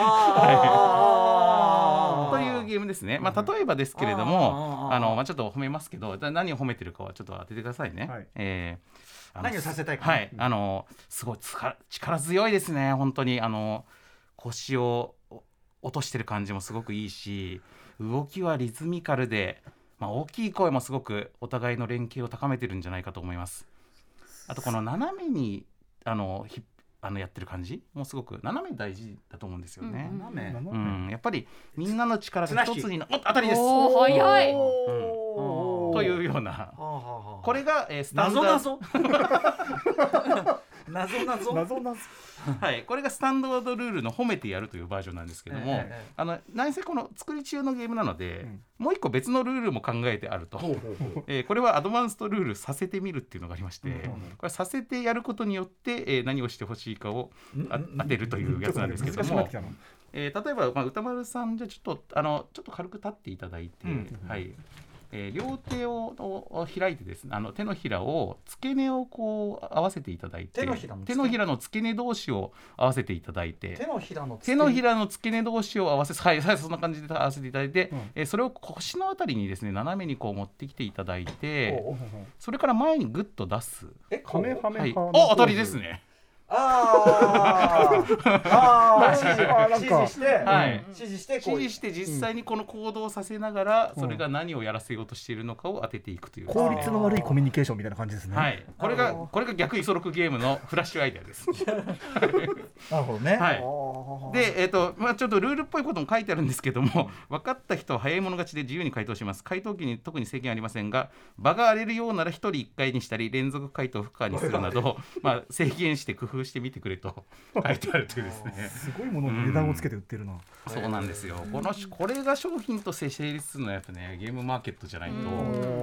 [SPEAKER 2] あー
[SPEAKER 5] というゲームですね、まあ、例えばですけれども
[SPEAKER 2] あー
[SPEAKER 5] あの、まあ、ちょっと褒めますけどだ何を褒めてるかはちょっと当ててくださいね。
[SPEAKER 7] はい
[SPEAKER 5] えーあの
[SPEAKER 2] 何をさせたいかね
[SPEAKER 5] はい、あのすごいつか力強いですね本当にあの腰をお落としてる感じもすごくいいし動きはリズミカルで、まあ、大きい声もすごくお互いの連携を高めてるんじゃないかと思います。あとこの斜めにあのひあのやってる感じもすごく斜め大事だと思うんですよね。
[SPEAKER 2] 斜め
[SPEAKER 7] なの
[SPEAKER 5] うん、やっぱりみんなの力が一つになお当たりです
[SPEAKER 3] おお早い
[SPEAKER 2] おー
[SPEAKER 5] というような
[SPEAKER 2] はあはあはあ
[SPEAKER 5] これが、えー、スタン
[SPEAKER 2] 謎
[SPEAKER 5] ダード
[SPEAKER 2] 謎謎謎
[SPEAKER 7] 謎謎
[SPEAKER 5] はい、これがスタンダードルールの褒めてやるというバージョンなんですけども、
[SPEAKER 2] ええええ
[SPEAKER 5] あの何せこの作り中のゲームなので、
[SPEAKER 7] ん
[SPEAKER 5] もう一個別のルールも考えてあると、えーこれはアドバンストルールさせてみるっていうのがありまして、これさせてやることによって、えー何をしてほしいかをあ当てるというやつなんですけど
[SPEAKER 7] ちょっと待っ
[SPEAKER 5] も
[SPEAKER 7] て難しくなってきたな、
[SPEAKER 5] えー例えば、まあ、歌丸さんじゃあちょっとあのちょっと軽く立っていただいて、
[SPEAKER 2] うん
[SPEAKER 5] はい。えー両手をを開いてですねあの手のひらを付け根をこう合わせていただいて
[SPEAKER 2] 手のひらの付け根
[SPEAKER 5] 手のひらの付け根同士を合わせていただいて
[SPEAKER 2] 手のひらの
[SPEAKER 5] 手のひらの付け根同士を合わせはい、はい、そんな感じで合わせていただいて、えーそれを腰のあたりにですね斜めにこう持ってきていただいて
[SPEAKER 2] おう
[SPEAKER 5] それから前にグッと出す、
[SPEAKER 2] え
[SPEAKER 7] カメハメ
[SPEAKER 5] はい、
[SPEAKER 7] 派の
[SPEAKER 5] あ
[SPEAKER 7] ポーズ
[SPEAKER 5] 当たりですね
[SPEAKER 2] あーあ
[SPEAKER 7] あ
[SPEAKER 2] ー
[SPEAKER 7] なん
[SPEAKER 2] 指
[SPEAKER 7] か
[SPEAKER 2] 示して、
[SPEAKER 5] はい
[SPEAKER 2] 指示してこう
[SPEAKER 5] 指示して実際にこの行動をさせながら、
[SPEAKER 7] うん
[SPEAKER 5] それが何をやらせようとしているのかを当てていくというですね、
[SPEAKER 7] 効率の悪いコミュニケーションみたいな感じですね、
[SPEAKER 5] はい、これ
[SPEAKER 2] な
[SPEAKER 5] が
[SPEAKER 2] るほど
[SPEAKER 5] これが逆イソロクゲームのフラッシュアイデアです。
[SPEAKER 2] なるほどね、
[SPEAKER 5] はい
[SPEAKER 2] い
[SPEAKER 5] で、えっとまあ、ちょっとルールっぽいことも 書いてあるんですけども分かった人は早い者勝ちで自由に回答します回答期に特に制限はありませんが場が荒れるようなら1人1回にしたり連続回答不可にするなど、まあ、制限して工夫してみてくれと書いてあるというですね。
[SPEAKER 7] すごいものに値段をつけて売ってるな、
[SPEAKER 5] そうなんですよこのこれが商品として成立するのはやっぱねゲームマーケットじゃないと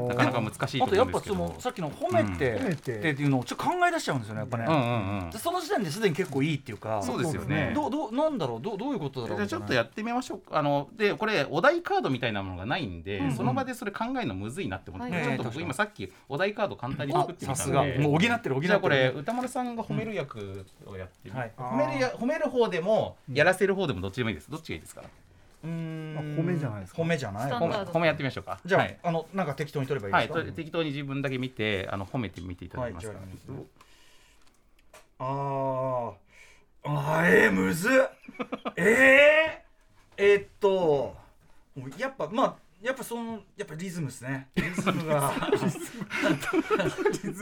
[SPEAKER 5] なかなか難しいと
[SPEAKER 2] あと
[SPEAKER 5] 思
[SPEAKER 2] や
[SPEAKER 5] う
[SPEAKER 2] っ
[SPEAKER 5] んで
[SPEAKER 2] ぱ
[SPEAKER 5] すけど
[SPEAKER 2] そのさっきの褒めて、
[SPEAKER 7] うん褒め
[SPEAKER 2] って
[SPEAKER 7] て
[SPEAKER 2] っていうのをちょっと考え出しちゃうんですよねやっぱね、
[SPEAKER 5] うんうんうん
[SPEAKER 2] で、その時点ですでに結構いいっていうか
[SPEAKER 5] そうですよね。
[SPEAKER 2] どうどうなんだろうどうどういうことだろう
[SPEAKER 5] じゃあちょっとやってみましょうかあのでこれお題カードみたいなものがないんで、その場でそれ考えるのむずいなって思って、
[SPEAKER 2] はい
[SPEAKER 5] ちょっと
[SPEAKER 2] はい
[SPEAKER 5] 僕今さっきお題カード簡単に
[SPEAKER 2] あ
[SPEAKER 5] 作ってみ
[SPEAKER 2] さ
[SPEAKER 5] た
[SPEAKER 2] す
[SPEAKER 5] ん
[SPEAKER 2] が
[SPEAKER 5] で
[SPEAKER 2] もう補ってる補って
[SPEAKER 5] じゃあ
[SPEAKER 2] る
[SPEAKER 5] これ歌丸さんが褒める役をやってみ、
[SPEAKER 2] はい
[SPEAKER 5] 褒めるや褒める方でもやらせる方でもどっちでもいいですどっちがいいですか
[SPEAKER 2] うーん
[SPEAKER 7] まあ褒めじゃないですか
[SPEAKER 2] 褒めじゃない
[SPEAKER 4] スタ
[SPEAKER 5] 褒
[SPEAKER 4] ンダ
[SPEAKER 5] め
[SPEAKER 4] ード
[SPEAKER 5] 褒めやってみましょうか
[SPEAKER 2] じゃあ、
[SPEAKER 5] はい
[SPEAKER 2] あのなんか適当に取れば
[SPEAKER 5] は
[SPEAKER 2] い
[SPEAKER 5] いい
[SPEAKER 2] ですか、
[SPEAKER 5] と適当に自分だけ見てあの褒めてみていただけますか、
[SPEAKER 2] はいじゃああーあーえー、むずっえー、えーっともうやっぱまあやっぱそのやっぱリズムですねリズムが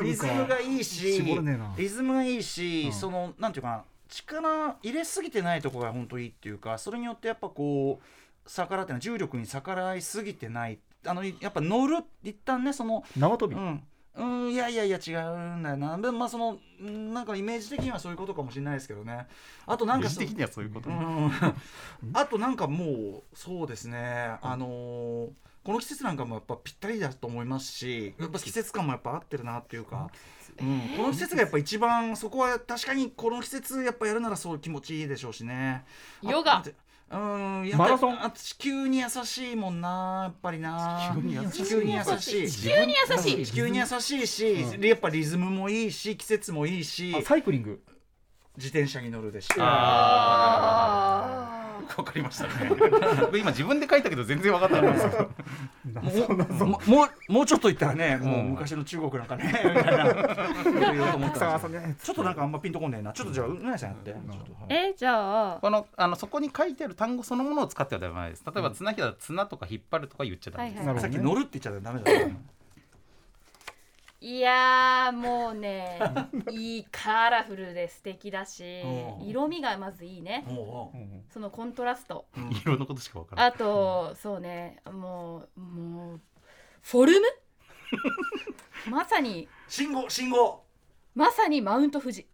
[SPEAKER 2] リズムがいいし
[SPEAKER 7] 絞れねえな
[SPEAKER 2] リズムがいいし、そのなんていうかな力入れすぎてないところが本当いいっていうかそれによってやっぱこう逆らってない重力に逆らいすぎてないあのやっぱ乗る一旦ねその
[SPEAKER 7] 縄跳び、
[SPEAKER 2] うん、うん、いやいやいや違うんだよなでもまあそのうんなんかイメージ的にはそういうことかもしれないですけどねあとなん
[SPEAKER 5] イメ
[SPEAKER 2] か
[SPEAKER 5] ージ
[SPEAKER 2] そ
[SPEAKER 5] 的にはそういうこと、
[SPEAKER 2] うん、あとなんか もうそうですねあのーこの季節なんかもやっぱぴったりだと思いますしやっぱ季節感もやっぱ合ってるなっていうか、うん、この季節がやっぱ一番そこは確かにこの季節やっぱやるならそう気持ちいいでしょうしねあ
[SPEAKER 3] ヨガ
[SPEAKER 2] あとうんやっぱ
[SPEAKER 7] マラソン
[SPEAKER 2] あ地球に優しいもんなやっぱりな地球に優しい
[SPEAKER 5] 地球に
[SPEAKER 3] 優しい
[SPEAKER 2] 地球に優しいし、やっぱリズムもいいし季節もいいし
[SPEAKER 7] あサイクリング
[SPEAKER 2] 自転車に乗るでし
[SPEAKER 5] ああわかりましたね僕今自分 で書いたけど全然わかんなかったんですけど
[SPEAKER 2] もうもうもうもうちょっと行ったらね、もう昔の中国なんかね、みたいな、言おうと思ったんですけどちょっとなんかあんまピンとこんねえな、ちょっとじゃあ、うなやさんやって、ちょっとはい
[SPEAKER 4] えじゃあ
[SPEAKER 5] このあのそこに書いてある単語そのものを使ってはダメなんです。例えば綱ひら綱とか引っ張るとか言っちゃダメです。
[SPEAKER 4] はい
[SPEAKER 7] なるほ
[SPEAKER 2] さっ
[SPEAKER 7] どね
[SPEAKER 2] き乗るって言っちゃダメだよ、
[SPEAKER 4] いやーもうねいいカラフルで素敵だし
[SPEAKER 2] うん
[SPEAKER 4] 色味がまずいいね
[SPEAKER 2] もう
[SPEAKER 4] そのコントラスト
[SPEAKER 5] 色のことしかわからない。
[SPEAKER 4] あとそうねもうもうフォ ルムまさに
[SPEAKER 2] 信号、信号、
[SPEAKER 4] まさにマウント富士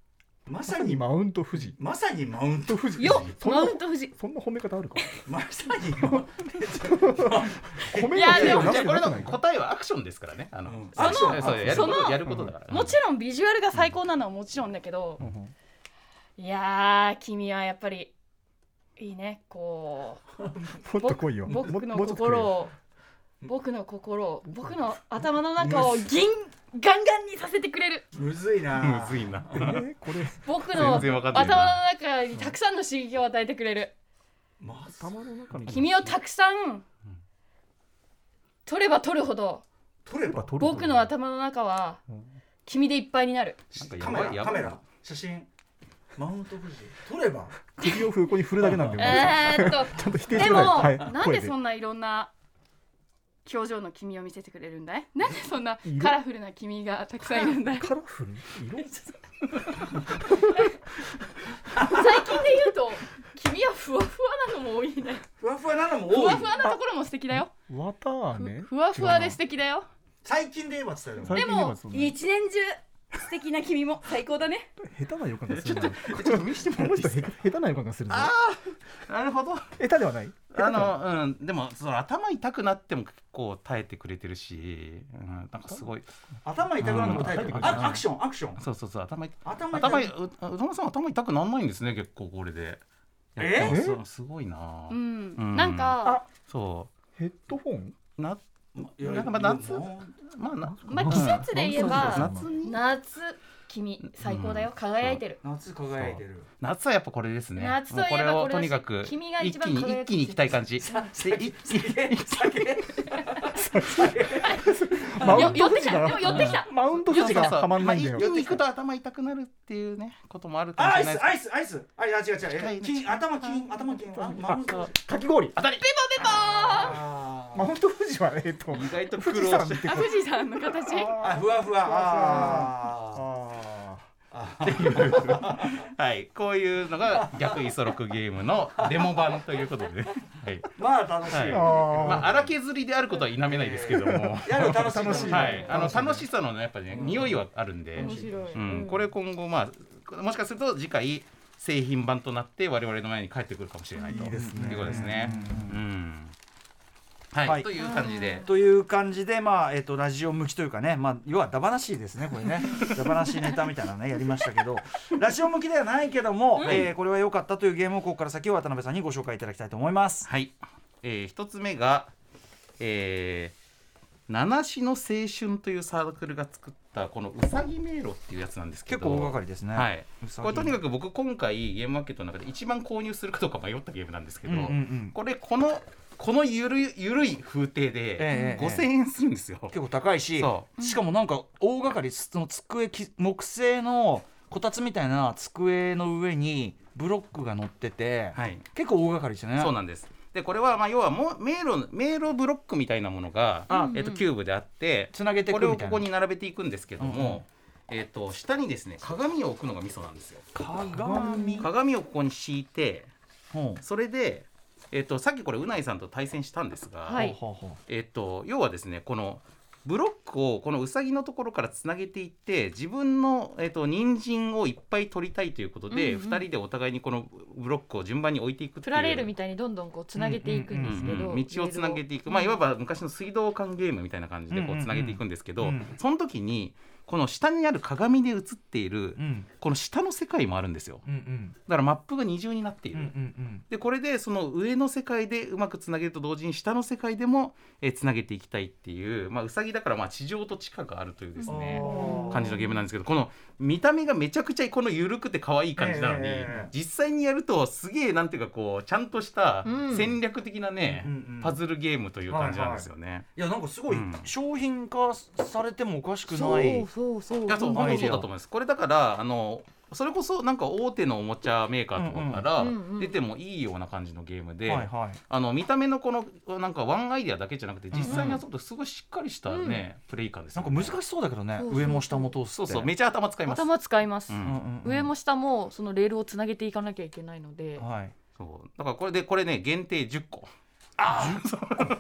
[SPEAKER 2] ま
[SPEAKER 7] ま
[SPEAKER 2] さ
[SPEAKER 7] さに
[SPEAKER 2] に
[SPEAKER 7] マウント富士。
[SPEAKER 2] まさにマウント富士
[SPEAKER 3] よっ
[SPEAKER 7] そんな
[SPEAKER 3] マウント富士
[SPEAKER 7] そんな褒め方あるか。
[SPEAKER 2] まさにマウン
[SPEAKER 7] 褒め
[SPEAKER 3] いや
[SPEAKER 7] の
[SPEAKER 3] で
[SPEAKER 7] 程
[SPEAKER 3] も
[SPEAKER 7] 度
[SPEAKER 5] い
[SPEAKER 7] な
[SPEAKER 5] や
[SPEAKER 7] く
[SPEAKER 5] これ
[SPEAKER 7] な
[SPEAKER 5] の
[SPEAKER 7] くないか。
[SPEAKER 5] 答えはアクションですからね。あの、
[SPEAKER 2] うん
[SPEAKER 5] アクション
[SPEAKER 3] その
[SPEAKER 5] そうやる
[SPEAKER 3] その
[SPEAKER 5] やることだから。
[SPEAKER 3] もちろんビジュアルが最高なのはもちろんだけど
[SPEAKER 7] う、んうん
[SPEAKER 3] いやー君はやっぱりいいねこ
[SPEAKER 7] もっと来いよ。
[SPEAKER 3] う
[SPEAKER 7] も
[SPEAKER 3] 僕の
[SPEAKER 7] もうちょっと来いよ
[SPEAKER 3] 心を僕の心を僕の頭の中を銀ガンガンにさせてくれる
[SPEAKER 2] むずいな
[SPEAKER 5] むずいな。
[SPEAKER 7] えーこれ
[SPEAKER 3] 僕の頭
[SPEAKER 5] 全然わかんな
[SPEAKER 3] の
[SPEAKER 5] いな。
[SPEAKER 3] 中にたくさんの刺激を与えてくれる
[SPEAKER 2] まさ
[SPEAKER 7] 頭の中に
[SPEAKER 3] 君をたくさん取れば取るほど
[SPEAKER 2] 取れば
[SPEAKER 7] 取る
[SPEAKER 3] 僕の頭の中は
[SPEAKER 7] うん
[SPEAKER 3] 君でいっぱいになる
[SPEAKER 5] なんかや
[SPEAKER 2] カ
[SPEAKER 5] ばい
[SPEAKER 2] メラ
[SPEAKER 5] や
[SPEAKER 2] カ
[SPEAKER 5] ば
[SPEAKER 2] メ
[SPEAKER 5] い
[SPEAKER 2] ラ写真マウント富士取れば
[SPEAKER 7] 首を横に振るだけなんで。も
[SPEAKER 3] えーっと
[SPEAKER 7] うちゃんと否定
[SPEAKER 3] で
[SPEAKER 7] してく
[SPEAKER 3] も、
[SPEAKER 7] ださい。はい
[SPEAKER 3] なんでそ
[SPEAKER 7] 声
[SPEAKER 3] んないろんな表情の君を見せてくれるんだい なんでそんな
[SPEAKER 7] 色
[SPEAKER 3] カラフルな君がたくさんいるんだい
[SPEAKER 7] カラフル色
[SPEAKER 3] 最近で言うと君はふわふわなのも多いね
[SPEAKER 2] ふわふわなのも
[SPEAKER 3] ふ
[SPEAKER 2] 多い
[SPEAKER 3] わふわなところも素敵だよ
[SPEAKER 7] 綿あめ
[SPEAKER 3] ふわふわで素敵だよ
[SPEAKER 2] 最近で言えばって言ったら
[SPEAKER 7] 最
[SPEAKER 3] で
[SPEAKER 7] 近では
[SPEAKER 3] も
[SPEAKER 7] そんな
[SPEAKER 3] 一年中素敵な君も最高だね
[SPEAKER 7] 下手な予感がするな。
[SPEAKER 5] ちょっと見せて
[SPEAKER 7] こ
[SPEAKER 5] もらって
[SPEAKER 7] の
[SPEAKER 5] いいで
[SPEAKER 7] 人
[SPEAKER 5] す
[SPEAKER 7] 下
[SPEAKER 5] か。
[SPEAKER 7] 手下手な予感がするな。
[SPEAKER 5] なるほど。
[SPEAKER 7] 下手ではない。
[SPEAKER 5] あのうんでもその頭痛くなっても結構耐えてくれてるし、うん、なんかすごい
[SPEAKER 2] 頭痛くなるのもタイトル
[SPEAKER 5] うん
[SPEAKER 2] あアクションアクション
[SPEAKER 5] そうそうそう頭痛
[SPEAKER 2] 頭痛く
[SPEAKER 5] 頭ううどんさん頭痛くなんないんですね結構これで。
[SPEAKER 2] え
[SPEAKER 5] やってますすごいな
[SPEAKER 3] う。
[SPEAKER 5] うんん
[SPEAKER 3] なんか
[SPEAKER 5] そ
[SPEAKER 7] ヘッドフォン？
[SPEAKER 5] うな
[SPEAKER 2] いや
[SPEAKER 5] なんかまあ夏
[SPEAKER 2] もう
[SPEAKER 5] まあな
[SPEAKER 3] まあ季節で言え
[SPEAKER 5] そう
[SPEAKER 3] ば
[SPEAKER 5] そうそう夏に
[SPEAKER 3] 夏君最高だよ輝いてる
[SPEAKER 2] 夏輝いてる
[SPEAKER 5] 夏はやっぱこれですね。
[SPEAKER 3] 夏といえば
[SPEAKER 5] もう
[SPEAKER 3] これだし
[SPEAKER 5] をとにかく
[SPEAKER 3] 君が一
[SPEAKER 5] 一気
[SPEAKER 3] 番
[SPEAKER 5] に一気に行きたい感じ。
[SPEAKER 2] 酒酒酒
[SPEAKER 7] マウ
[SPEAKER 3] よ
[SPEAKER 7] ン
[SPEAKER 3] 寄
[SPEAKER 7] ト
[SPEAKER 3] ってき
[SPEAKER 7] 富士
[SPEAKER 3] た
[SPEAKER 7] だ
[SPEAKER 3] でも
[SPEAKER 7] な
[SPEAKER 3] 寄ってきた
[SPEAKER 7] マウント富士がはまんないんだ
[SPEAKER 5] まあ。一
[SPEAKER 7] よ
[SPEAKER 5] 気に行くと頭痛くなるっていうねこともあるかもし
[SPEAKER 2] あア
[SPEAKER 5] れ
[SPEAKER 2] イ
[SPEAKER 5] ないです
[SPEAKER 2] ス。アイスアイスあいや違う
[SPEAKER 5] 近
[SPEAKER 2] 違う
[SPEAKER 5] い
[SPEAKER 2] 金頭金頭金あマウント
[SPEAKER 7] かき氷。
[SPEAKER 5] 当たり。
[SPEAKER 2] あ
[SPEAKER 7] マウント富士はえっと
[SPEAKER 5] 意外と
[SPEAKER 7] 富
[SPEAKER 5] 苦労
[SPEAKER 7] 士山
[SPEAKER 5] し
[SPEAKER 7] 見
[SPEAKER 5] て
[SPEAKER 7] て
[SPEAKER 3] あ
[SPEAKER 7] こ
[SPEAKER 3] 富士山の形
[SPEAKER 2] あふわふわあ
[SPEAKER 7] あ
[SPEAKER 5] はい、こういうのが逆イソロクゲームのデモ版ということで、ね、はい、
[SPEAKER 2] ーまあ楽しい
[SPEAKER 5] はい
[SPEAKER 7] ーあ
[SPEAKER 5] ま
[SPEAKER 7] ー
[SPEAKER 5] あ荒削りであることは否めないですけども、
[SPEAKER 2] いやでも楽しい
[SPEAKER 7] 楽しい
[SPEAKER 5] はい、あの楽
[SPEAKER 2] い
[SPEAKER 5] しさのねやっぱね匂いはあるんで、
[SPEAKER 3] 面白い、
[SPEAKER 5] うん、これ今後まあもしかすると次回製品版となって我々の前に帰ってくるかもしれないと
[SPEAKER 7] いいですね
[SPEAKER 5] いうことですね。うん、はい、
[SPEAKER 2] はい
[SPEAKER 5] という感じで。
[SPEAKER 2] という感じで、まあえっとラジオ向きというかね、まあ、要はダバなしですねこれ ねダバなしネタみたいなのねやりましたけどラジオ向きではないけども、えーこれは良かったというゲームをここから先を渡辺さんにご紹介いただきたいと思います。
[SPEAKER 5] はい、えー、一つ目が、えー、七種の青春というサークルが作ったこのうさぎ迷路っていうやつなんですけ
[SPEAKER 2] 結
[SPEAKER 5] ど
[SPEAKER 2] 構大掛かりですね。
[SPEAKER 5] はい、
[SPEAKER 2] うさぎ
[SPEAKER 5] これとにかく僕今回ゲームマーケットの中で一番購入するかどうか迷ったゲームなんですけど、
[SPEAKER 2] うんうんうん
[SPEAKER 5] これこのこのゆるいゆるい風景で
[SPEAKER 2] ええ
[SPEAKER 5] 5000円するんですよ。
[SPEAKER 2] 結構高いし
[SPEAKER 5] そ
[SPEAKER 2] しかもなんか大掛かりその机き木製のこたつみたいな机の上にブロックが乗ってて、
[SPEAKER 5] はい
[SPEAKER 2] 結構大掛かりですね。
[SPEAKER 5] そうなんです。でこれはまあ要はもう迷路迷路ブロックみたいなものが、
[SPEAKER 2] あ
[SPEAKER 5] えっとキューブであって、
[SPEAKER 2] つなげていく
[SPEAKER 5] これを
[SPEAKER 2] みた
[SPEAKER 5] こ
[SPEAKER 2] いな
[SPEAKER 5] こに並べていくんですけども、えっと下にですね鏡を置くのがミソなんですよ。
[SPEAKER 2] 鏡
[SPEAKER 5] 鏡をここに敷いて、
[SPEAKER 2] ほう
[SPEAKER 5] それでえっとさっきこれうないさんと対戦したんですが、
[SPEAKER 3] はい
[SPEAKER 2] ほうほうほう
[SPEAKER 5] えっと要はですねこのブロックをこのうさぎのところからつなげていって自分の、えっと人参をいっぱい取りたいということ
[SPEAKER 3] う
[SPEAKER 5] で、
[SPEAKER 3] んうん
[SPEAKER 5] 2人でお互いにこのブロックを順番に置いていくって
[SPEAKER 3] プ
[SPEAKER 5] いう
[SPEAKER 3] ラレールみたいにどんどんこうつなげていくんですけど、
[SPEAKER 5] うんうん道をつなげていく、まあ、いわば昔の水道管ゲームみたいな感じでこ
[SPEAKER 2] うんうんう
[SPEAKER 5] うんつなげていくんですけど、
[SPEAKER 2] うん
[SPEAKER 5] その時にこの下にある鏡で映っている
[SPEAKER 2] うん
[SPEAKER 5] この下の世界もあるんですよ
[SPEAKER 2] うんうん
[SPEAKER 5] だからマップが二重になってい
[SPEAKER 2] うんう
[SPEAKER 5] る、
[SPEAKER 2] ん
[SPEAKER 5] でこれでその上の世界でうまくつなげると同時に下の世界でもえーつなげていきたいっていう、まあ、うさぎだからまあ地上と地下があるというですね
[SPEAKER 2] うん
[SPEAKER 5] 感じのゲームなんですけどこの見た目がめちゃくちゃこの緩くて可愛い感じなのに、
[SPEAKER 2] ええ
[SPEAKER 5] 実際にやるとすげえなんていうかこうちゃんとした
[SPEAKER 3] うん
[SPEAKER 5] 戦略的なね、
[SPEAKER 2] うんうん
[SPEAKER 5] パズルゲームという感じなんですよね。
[SPEAKER 2] いやなんかすごい
[SPEAKER 5] うん
[SPEAKER 2] 商品化されてもおかしくない、
[SPEAKER 3] そうそうそう
[SPEAKER 5] いやそう
[SPEAKER 2] うまい
[SPEAKER 5] 本当
[SPEAKER 2] じ
[SPEAKER 5] そ
[SPEAKER 2] ゃ
[SPEAKER 5] うんだと思います。これだからあのそれこそなんか大手のおもちゃメーカーとかから
[SPEAKER 3] うんうんうんうん
[SPEAKER 5] 出てもいいような感じのゲームで、
[SPEAKER 2] はいはい
[SPEAKER 5] あの見た目のこのなんかワンアイデアだけじゃなくて実際に遊ぶとすごいしっかりしたね、プレイ感です
[SPEAKER 2] な
[SPEAKER 5] よ
[SPEAKER 2] ん
[SPEAKER 5] ね、
[SPEAKER 2] か難しそうだけどね
[SPEAKER 3] そうそう
[SPEAKER 2] 上も下も通すって
[SPEAKER 5] そうそうめちゃ頭使います。
[SPEAKER 3] 頭使います、
[SPEAKER 5] うん
[SPEAKER 2] うんうん
[SPEAKER 3] 上も下もそのレールをつなげていかなきゃいけないので、
[SPEAKER 2] はい
[SPEAKER 5] そうだからこれでこれね限定10個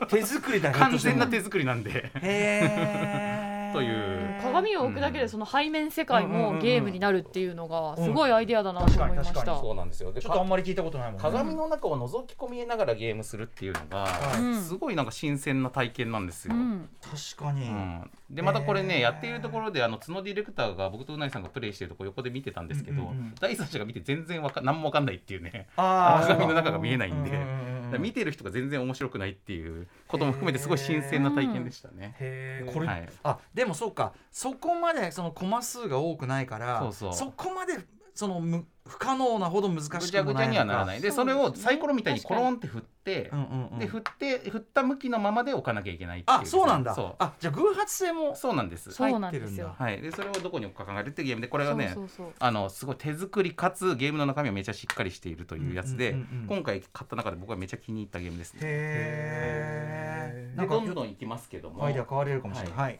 [SPEAKER 2] 手作りだ
[SPEAKER 5] 完全な
[SPEAKER 2] 手
[SPEAKER 5] 手作りなんで
[SPEAKER 2] へえ
[SPEAKER 5] という
[SPEAKER 3] 鏡
[SPEAKER 8] 紙を置くだけでその背面世界もゲームになるっていうのがすごいアイデアだな
[SPEAKER 2] 確
[SPEAKER 8] と
[SPEAKER 2] か
[SPEAKER 8] 思
[SPEAKER 2] に
[SPEAKER 8] いまし
[SPEAKER 2] 確かに
[SPEAKER 8] た。
[SPEAKER 5] そうなんですよで
[SPEAKER 2] ちょっとあんまり聞いたことないもんね
[SPEAKER 5] 鏡の中を覗き込みながらゲームするっていうのが、
[SPEAKER 8] うん
[SPEAKER 5] すごいなんか新鮮な体験なんですよ。
[SPEAKER 8] うん
[SPEAKER 2] 確かに、
[SPEAKER 5] うんでまたこれね、
[SPEAKER 2] ねえ
[SPEAKER 5] やっているところであの角ディレクターが僕とうないさんがプレイしてるとこ横で見てたんですけど、
[SPEAKER 2] うんうんうん
[SPEAKER 5] 第三者が見て全然わか何もわかんないっていうね
[SPEAKER 2] あー
[SPEAKER 5] 鏡の中が見えないんで、
[SPEAKER 2] うんうんうんうん
[SPEAKER 5] だから見てる人が全然面白くないっていうことも含めてすごい新鮮な体験でしたね。
[SPEAKER 2] へえこれ、
[SPEAKER 5] はい
[SPEAKER 2] あでもそうかそこまでそのコマ数が多くないから
[SPEAKER 5] そうそう
[SPEAKER 2] こまでそのむ不可能なほど難しくもない
[SPEAKER 5] ぐちゃぐちゃにはならないでそれをサイコロみたいに
[SPEAKER 8] 確か
[SPEAKER 5] コ
[SPEAKER 8] に
[SPEAKER 5] ロンって振って、
[SPEAKER 2] うんうんうん
[SPEAKER 5] で振って振った向きのままで置かなきゃいけないっていう
[SPEAKER 2] あそうなんだ
[SPEAKER 5] そう
[SPEAKER 2] あじゃあ偶発性も
[SPEAKER 5] そうなんです。
[SPEAKER 8] そうなんです
[SPEAKER 2] 入っ
[SPEAKER 8] よ。
[SPEAKER 5] はい、でそれをどこに置くか考えるっていうゲームでこれ
[SPEAKER 8] そ
[SPEAKER 5] は
[SPEAKER 8] う
[SPEAKER 5] ね
[SPEAKER 8] そうそう。
[SPEAKER 5] あのすごい手作りかつゲームの中身はめちゃしっかりしているというやつで、
[SPEAKER 2] うんうんうんうん
[SPEAKER 5] 今回買った中で僕はめちゃ気に入ったゲームですね。
[SPEAKER 2] へえ
[SPEAKER 5] で
[SPEAKER 2] なん
[SPEAKER 5] ど
[SPEAKER 2] か
[SPEAKER 5] んどんいきますけども
[SPEAKER 2] アイデア変われるかもしれないはい、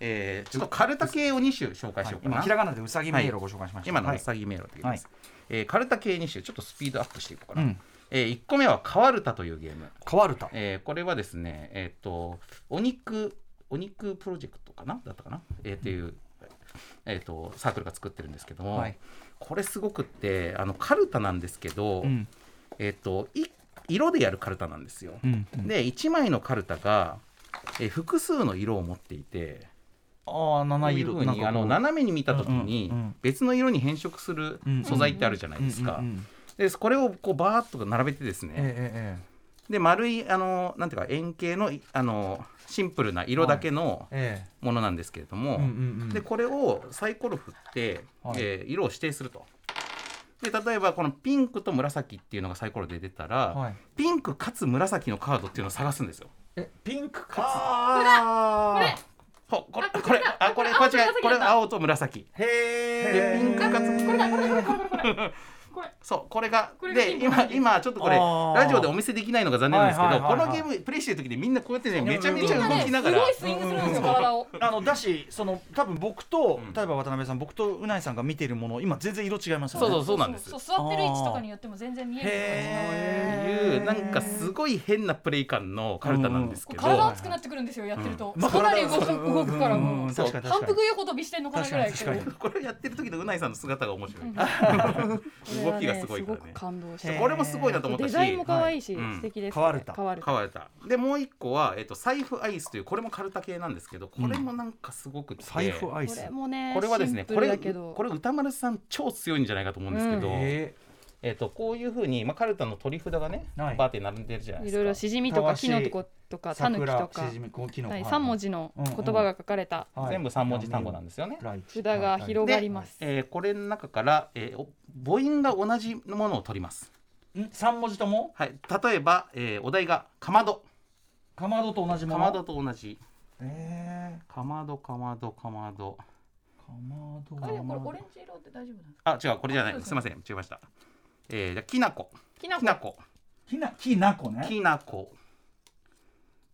[SPEAKER 5] えーちょっとカルタ系を2種紹介しようかな、
[SPEAKER 2] 今ひらがなでうさぎ迷路をご紹介しました、
[SPEAKER 5] 今の
[SPEAKER 2] は
[SPEAKER 5] う
[SPEAKER 2] い
[SPEAKER 5] さぎ迷路でいきます、えーカルタ系2種ちょっとスピードアップしていこうか
[SPEAKER 2] う
[SPEAKER 5] な、
[SPEAKER 2] ん
[SPEAKER 5] え1個目は「カワルタ」というゲーム、
[SPEAKER 2] 変わるた
[SPEAKER 5] えーこれはですねえっ、とお肉お肉プロジェクトかなだったかな、えーっていう、えー、とサークルが作ってるんですけども、
[SPEAKER 2] はい
[SPEAKER 5] これすごくってあのカルタなんですけど、
[SPEAKER 2] うん
[SPEAKER 5] えっ、とい色でやるカルタなんですよ、
[SPEAKER 2] うん
[SPEAKER 5] で1枚のカルタが、えー複数の色を持っていて
[SPEAKER 2] ああ
[SPEAKER 5] こう
[SPEAKER 2] 七
[SPEAKER 5] いう
[SPEAKER 2] 色
[SPEAKER 5] ふう
[SPEAKER 2] なん
[SPEAKER 5] に
[SPEAKER 2] か
[SPEAKER 5] あ
[SPEAKER 2] こう
[SPEAKER 5] の斜めに見た時に
[SPEAKER 2] うんうんうん
[SPEAKER 5] 別の色に変色する
[SPEAKER 2] うん
[SPEAKER 5] 素材ってあるじゃないです
[SPEAKER 2] う
[SPEAKER 5] か、
[SPEAKER 2] んうんうん
[SPEAKER 5] でこれをこうバーッと並べてですね、
[SPEAKER 2] ええええ
[SPEAKER 5] で丸いあのなんていうか円形のいあのシンプルな色だけの
[SPEAKER 2] え
[SPEAKER 5] ものなんですけれども、
[SPEAKER 2] えうんうんうん
[SPEAKER 5] でこれをサイコロ振って、
[SPEAKER 2] はい
[SPEAKER 5] えー色を指定すると。で例えばこのピンクと紫っていうのがサイコロで出たら、
[SPEAKER 2] はい
[SPEAKER 5] ピンクかつ紫のカードっていうのを探すんですよ。
[SPEAKER 2] えピンクか
[SPEAKER 5] ほこれこれあこれこれ違うこれ青と紫。
[SPEAKER 2] つへ
[SPEAKER 5] で
[SPEAKER 2] え
[SPEAKER 5] ピンクかつこれだこれだこれこれ これそうこれがで今今ちょっとこれ
[SPEAKER 2] あー
[SPEAKER 5] ラジオでお見せできないのが残念なんですけど、
[SPEAKER 2] はいはいはいはい
[SPEAKER 5] このゲームプレイしてる時にみんなこうやってね
[SPEAKER 2] う
[SPEAKER 5] めちゃめちゃ
[SPEAKER 2] みんな
[SPEAKER 5] 動
[SPEAKER 8] ね
[SPEAKER 5] き
[SPEAKER 8] す
[SPEAKER 5] ながら
[SPEAKER 8] ごいスイングするんですよ体を。
[SPEAKER 2] あのだしその多分僕と、
[SPEAKER 5] うん
[SPEAKER 2] 例えば渡辺さん僕とうないさんが見てるもの今全然色違いますよね
[SPEAKER 5] そうそうそうなんです
[SPEAKER 8] そう座ってる位置とかによっても全然見える
[SPEAKER 5] って
[SPEAKER 2] へ
[SPEAKER 5] いうなんかすごい変なプレイ感のカルタなんですけど、
[SPEAKER 8] 感じの。体熱くなってくるんですよやってると。
[SPEAKER 2] うん
[SPEAKER 8] かなり動く動くから
[SPEAKER 2] うん
[SPEAKER 8] もう
[SPEAKER 2] うん確かに確
[SPEAKER 8] 反
[SPEAKER 2] か
[SPEAKER 8] 復
[SPEAKER 2] に
[SPEAKER 8] 横跳びしてんのかなぐらいこう。
[SPEAKER 2] 確かに確
[SPEAKER 5] これをやってる時のうないさんの姿が面白い、
[SPEAKER 8] これは
[SPEAKER 5] 動きがすごいからね
[SPEAKER 8] すごく感動し
[SPEAKER 2] へ
[SPEAKER 8] た
[SPEAKER 2] ー。
[SPEAKER 5] これもすごいなと思った
[SPEAKER 3] デ
[SPEAKER 5] し
[SPEAKER 3] ザインも可愛いし、
[SPEAKER 5] はい
[SPEAKER 3] 素敵です、
[SPEAKER 2] 変わるた
[SPEAKER 3] 変わる
[SPEAKER 5] 買われたでもう一個は、えっと財布アイスというこれもカルタ系なんですけどこれもなんかすごくて、
[SPEAKER 2] 財布アイ
[SPEAKER 3] こ
[SPEAKER 2] ス
[SPEAKER 3] れもね
[SPEAKER 5] これはですね
[SPEAKER 3] シンプ
[SPEAKER 5] こ
[SPEAKER 3] ル
[SPEAKER 5] れ
[SPEAKER 3] だけど
[SPEAKER 5] これ歌丸さん超強いんじゃないかと思うんですけど、
[SPEAKER 2] へ
[SPEAKER 5] えっとこういうふうに、まあ、カルタの取り札がね、
[SPEAKER 2] はい
[SPEAKER 5] バーって並んでるじゃないで
[SPEAKER 3] い
[SPEAKER 5] すか
[SPEAKER 3] ろいろしじみと
[SPEAKER 2] たわ
[SPEAKER 3] か
[SPEAKER 2] し
[SPEAKER 3] 木のとことか
[SPEAKER 2] ー
[SPEAKER 3] たぬきと
[SPEAKER 2] 桜
[SPEAKER 3] か
[SPEAKER 2] しじみこう木の
[SPEAKER 3] はい、
[SPEAKER 2] はい
[SPEAKER 3] 3文字の言葉が書かれた
[SPEAKER 2] はい
[SPEAKER 5] 全部3文字単語なんですよね。
[SPEAKER 2] はい
[SPEAKER 3] 札が
[SPEAKER 2] は
[SPEAKER 3] 広がります、
[SPEAKER 5] えーこれの中から、えーお母音が同じものを取ります。
[SPEAKER 2] いん三文字とも
[SPEAKER 5] はい、例えば、えーお題がかまど、
[SPEAKER 2] かまどと同じも
[SPEAKER 5] か
[SPEAKER 2] の
[SPEAKER 5] まどと同じ、
[SPEAKER 2] え
[SPEAKER 5] かまどかまどかまど。
[SPEAKER 2] ーかまど
[SPEAKER 8] あでもこれオレンジ色って大丈夫なんですか。
[SPEAKER 5] あ、違う、これじゃない、すみません、違いました。えーじゃあきなこ、
[SPEAKER 8] きな
[SPEAKER 5] き
[SPEAKER 8] こ
[SPEAKER 5] なこ、
[SPEAKER 2] きなきなこね
[SPEAKER 5] きなこ、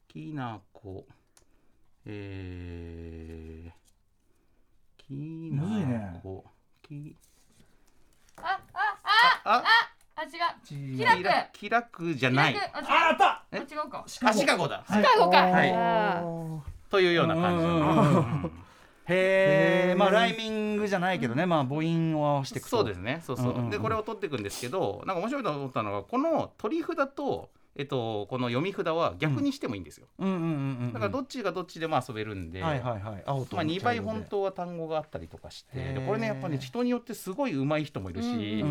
[SPEAKER 5] きなこ、えー、き
[SPEAKER 2] むずい
[SPEAKER 5] な
[SPEAKER 2] ね
[SPEAKER 5] こ、き、
[SPEAKER 8] ああ
[SPEAKER 5] あ、
[SPEAKER 8] あ違う。
[SPEAKER 2] き
[SPEAKER 8] きなこ
[SPEAKER 5] 気楽気楽じゃない
[SPEAKER 8] き。なこ
[SPEAKER 2] ああった
[SPEAKER 8] あ違うあ違うか。
[SPEAKER 5] あ、シカゴだ。
[SPEAKER 2] シ
[SPEAKER 3] カゴか
[SPEAKER 5] はい
[SPEAKER 3] あ
[SPEAKER 5] というような感じなんです。
[SPEAKER 2] へえまあライミングじゃないけどねまあ母音を合わせていくと
[SPEAKER 5] そうですねそう
[SPEAKER 2] うん
[SPEAKER 5] そう,、
[SPEAKER 2] うんうん
[SPEAKER 5] でこれを取っていくんですけどなんか面白いと思ったのがこの取り札と、えっと、この読み札は逆にしてもいいんですよ、
[SPEAKER 2] うんうんうんうん
[SPEAKER 5] だからどっちがどっちでも遊べるんで、
[SPEAKER 2] はいはいはい青と
[SPEAKER 5] まあ、2倍
[SPEAKER 2] 茶色で
[SPEAKER 5] 本当は単語があったりとかして
[SPEAKER 2] へー
[SPEAKER 5] でこれねやっぱり人によってすごい上手い人もいるし、
[SPEAKER 3] う
[SPEAKER 2] うん
[SPEAKER 3] ん
[SPEAKER 2] うんうんう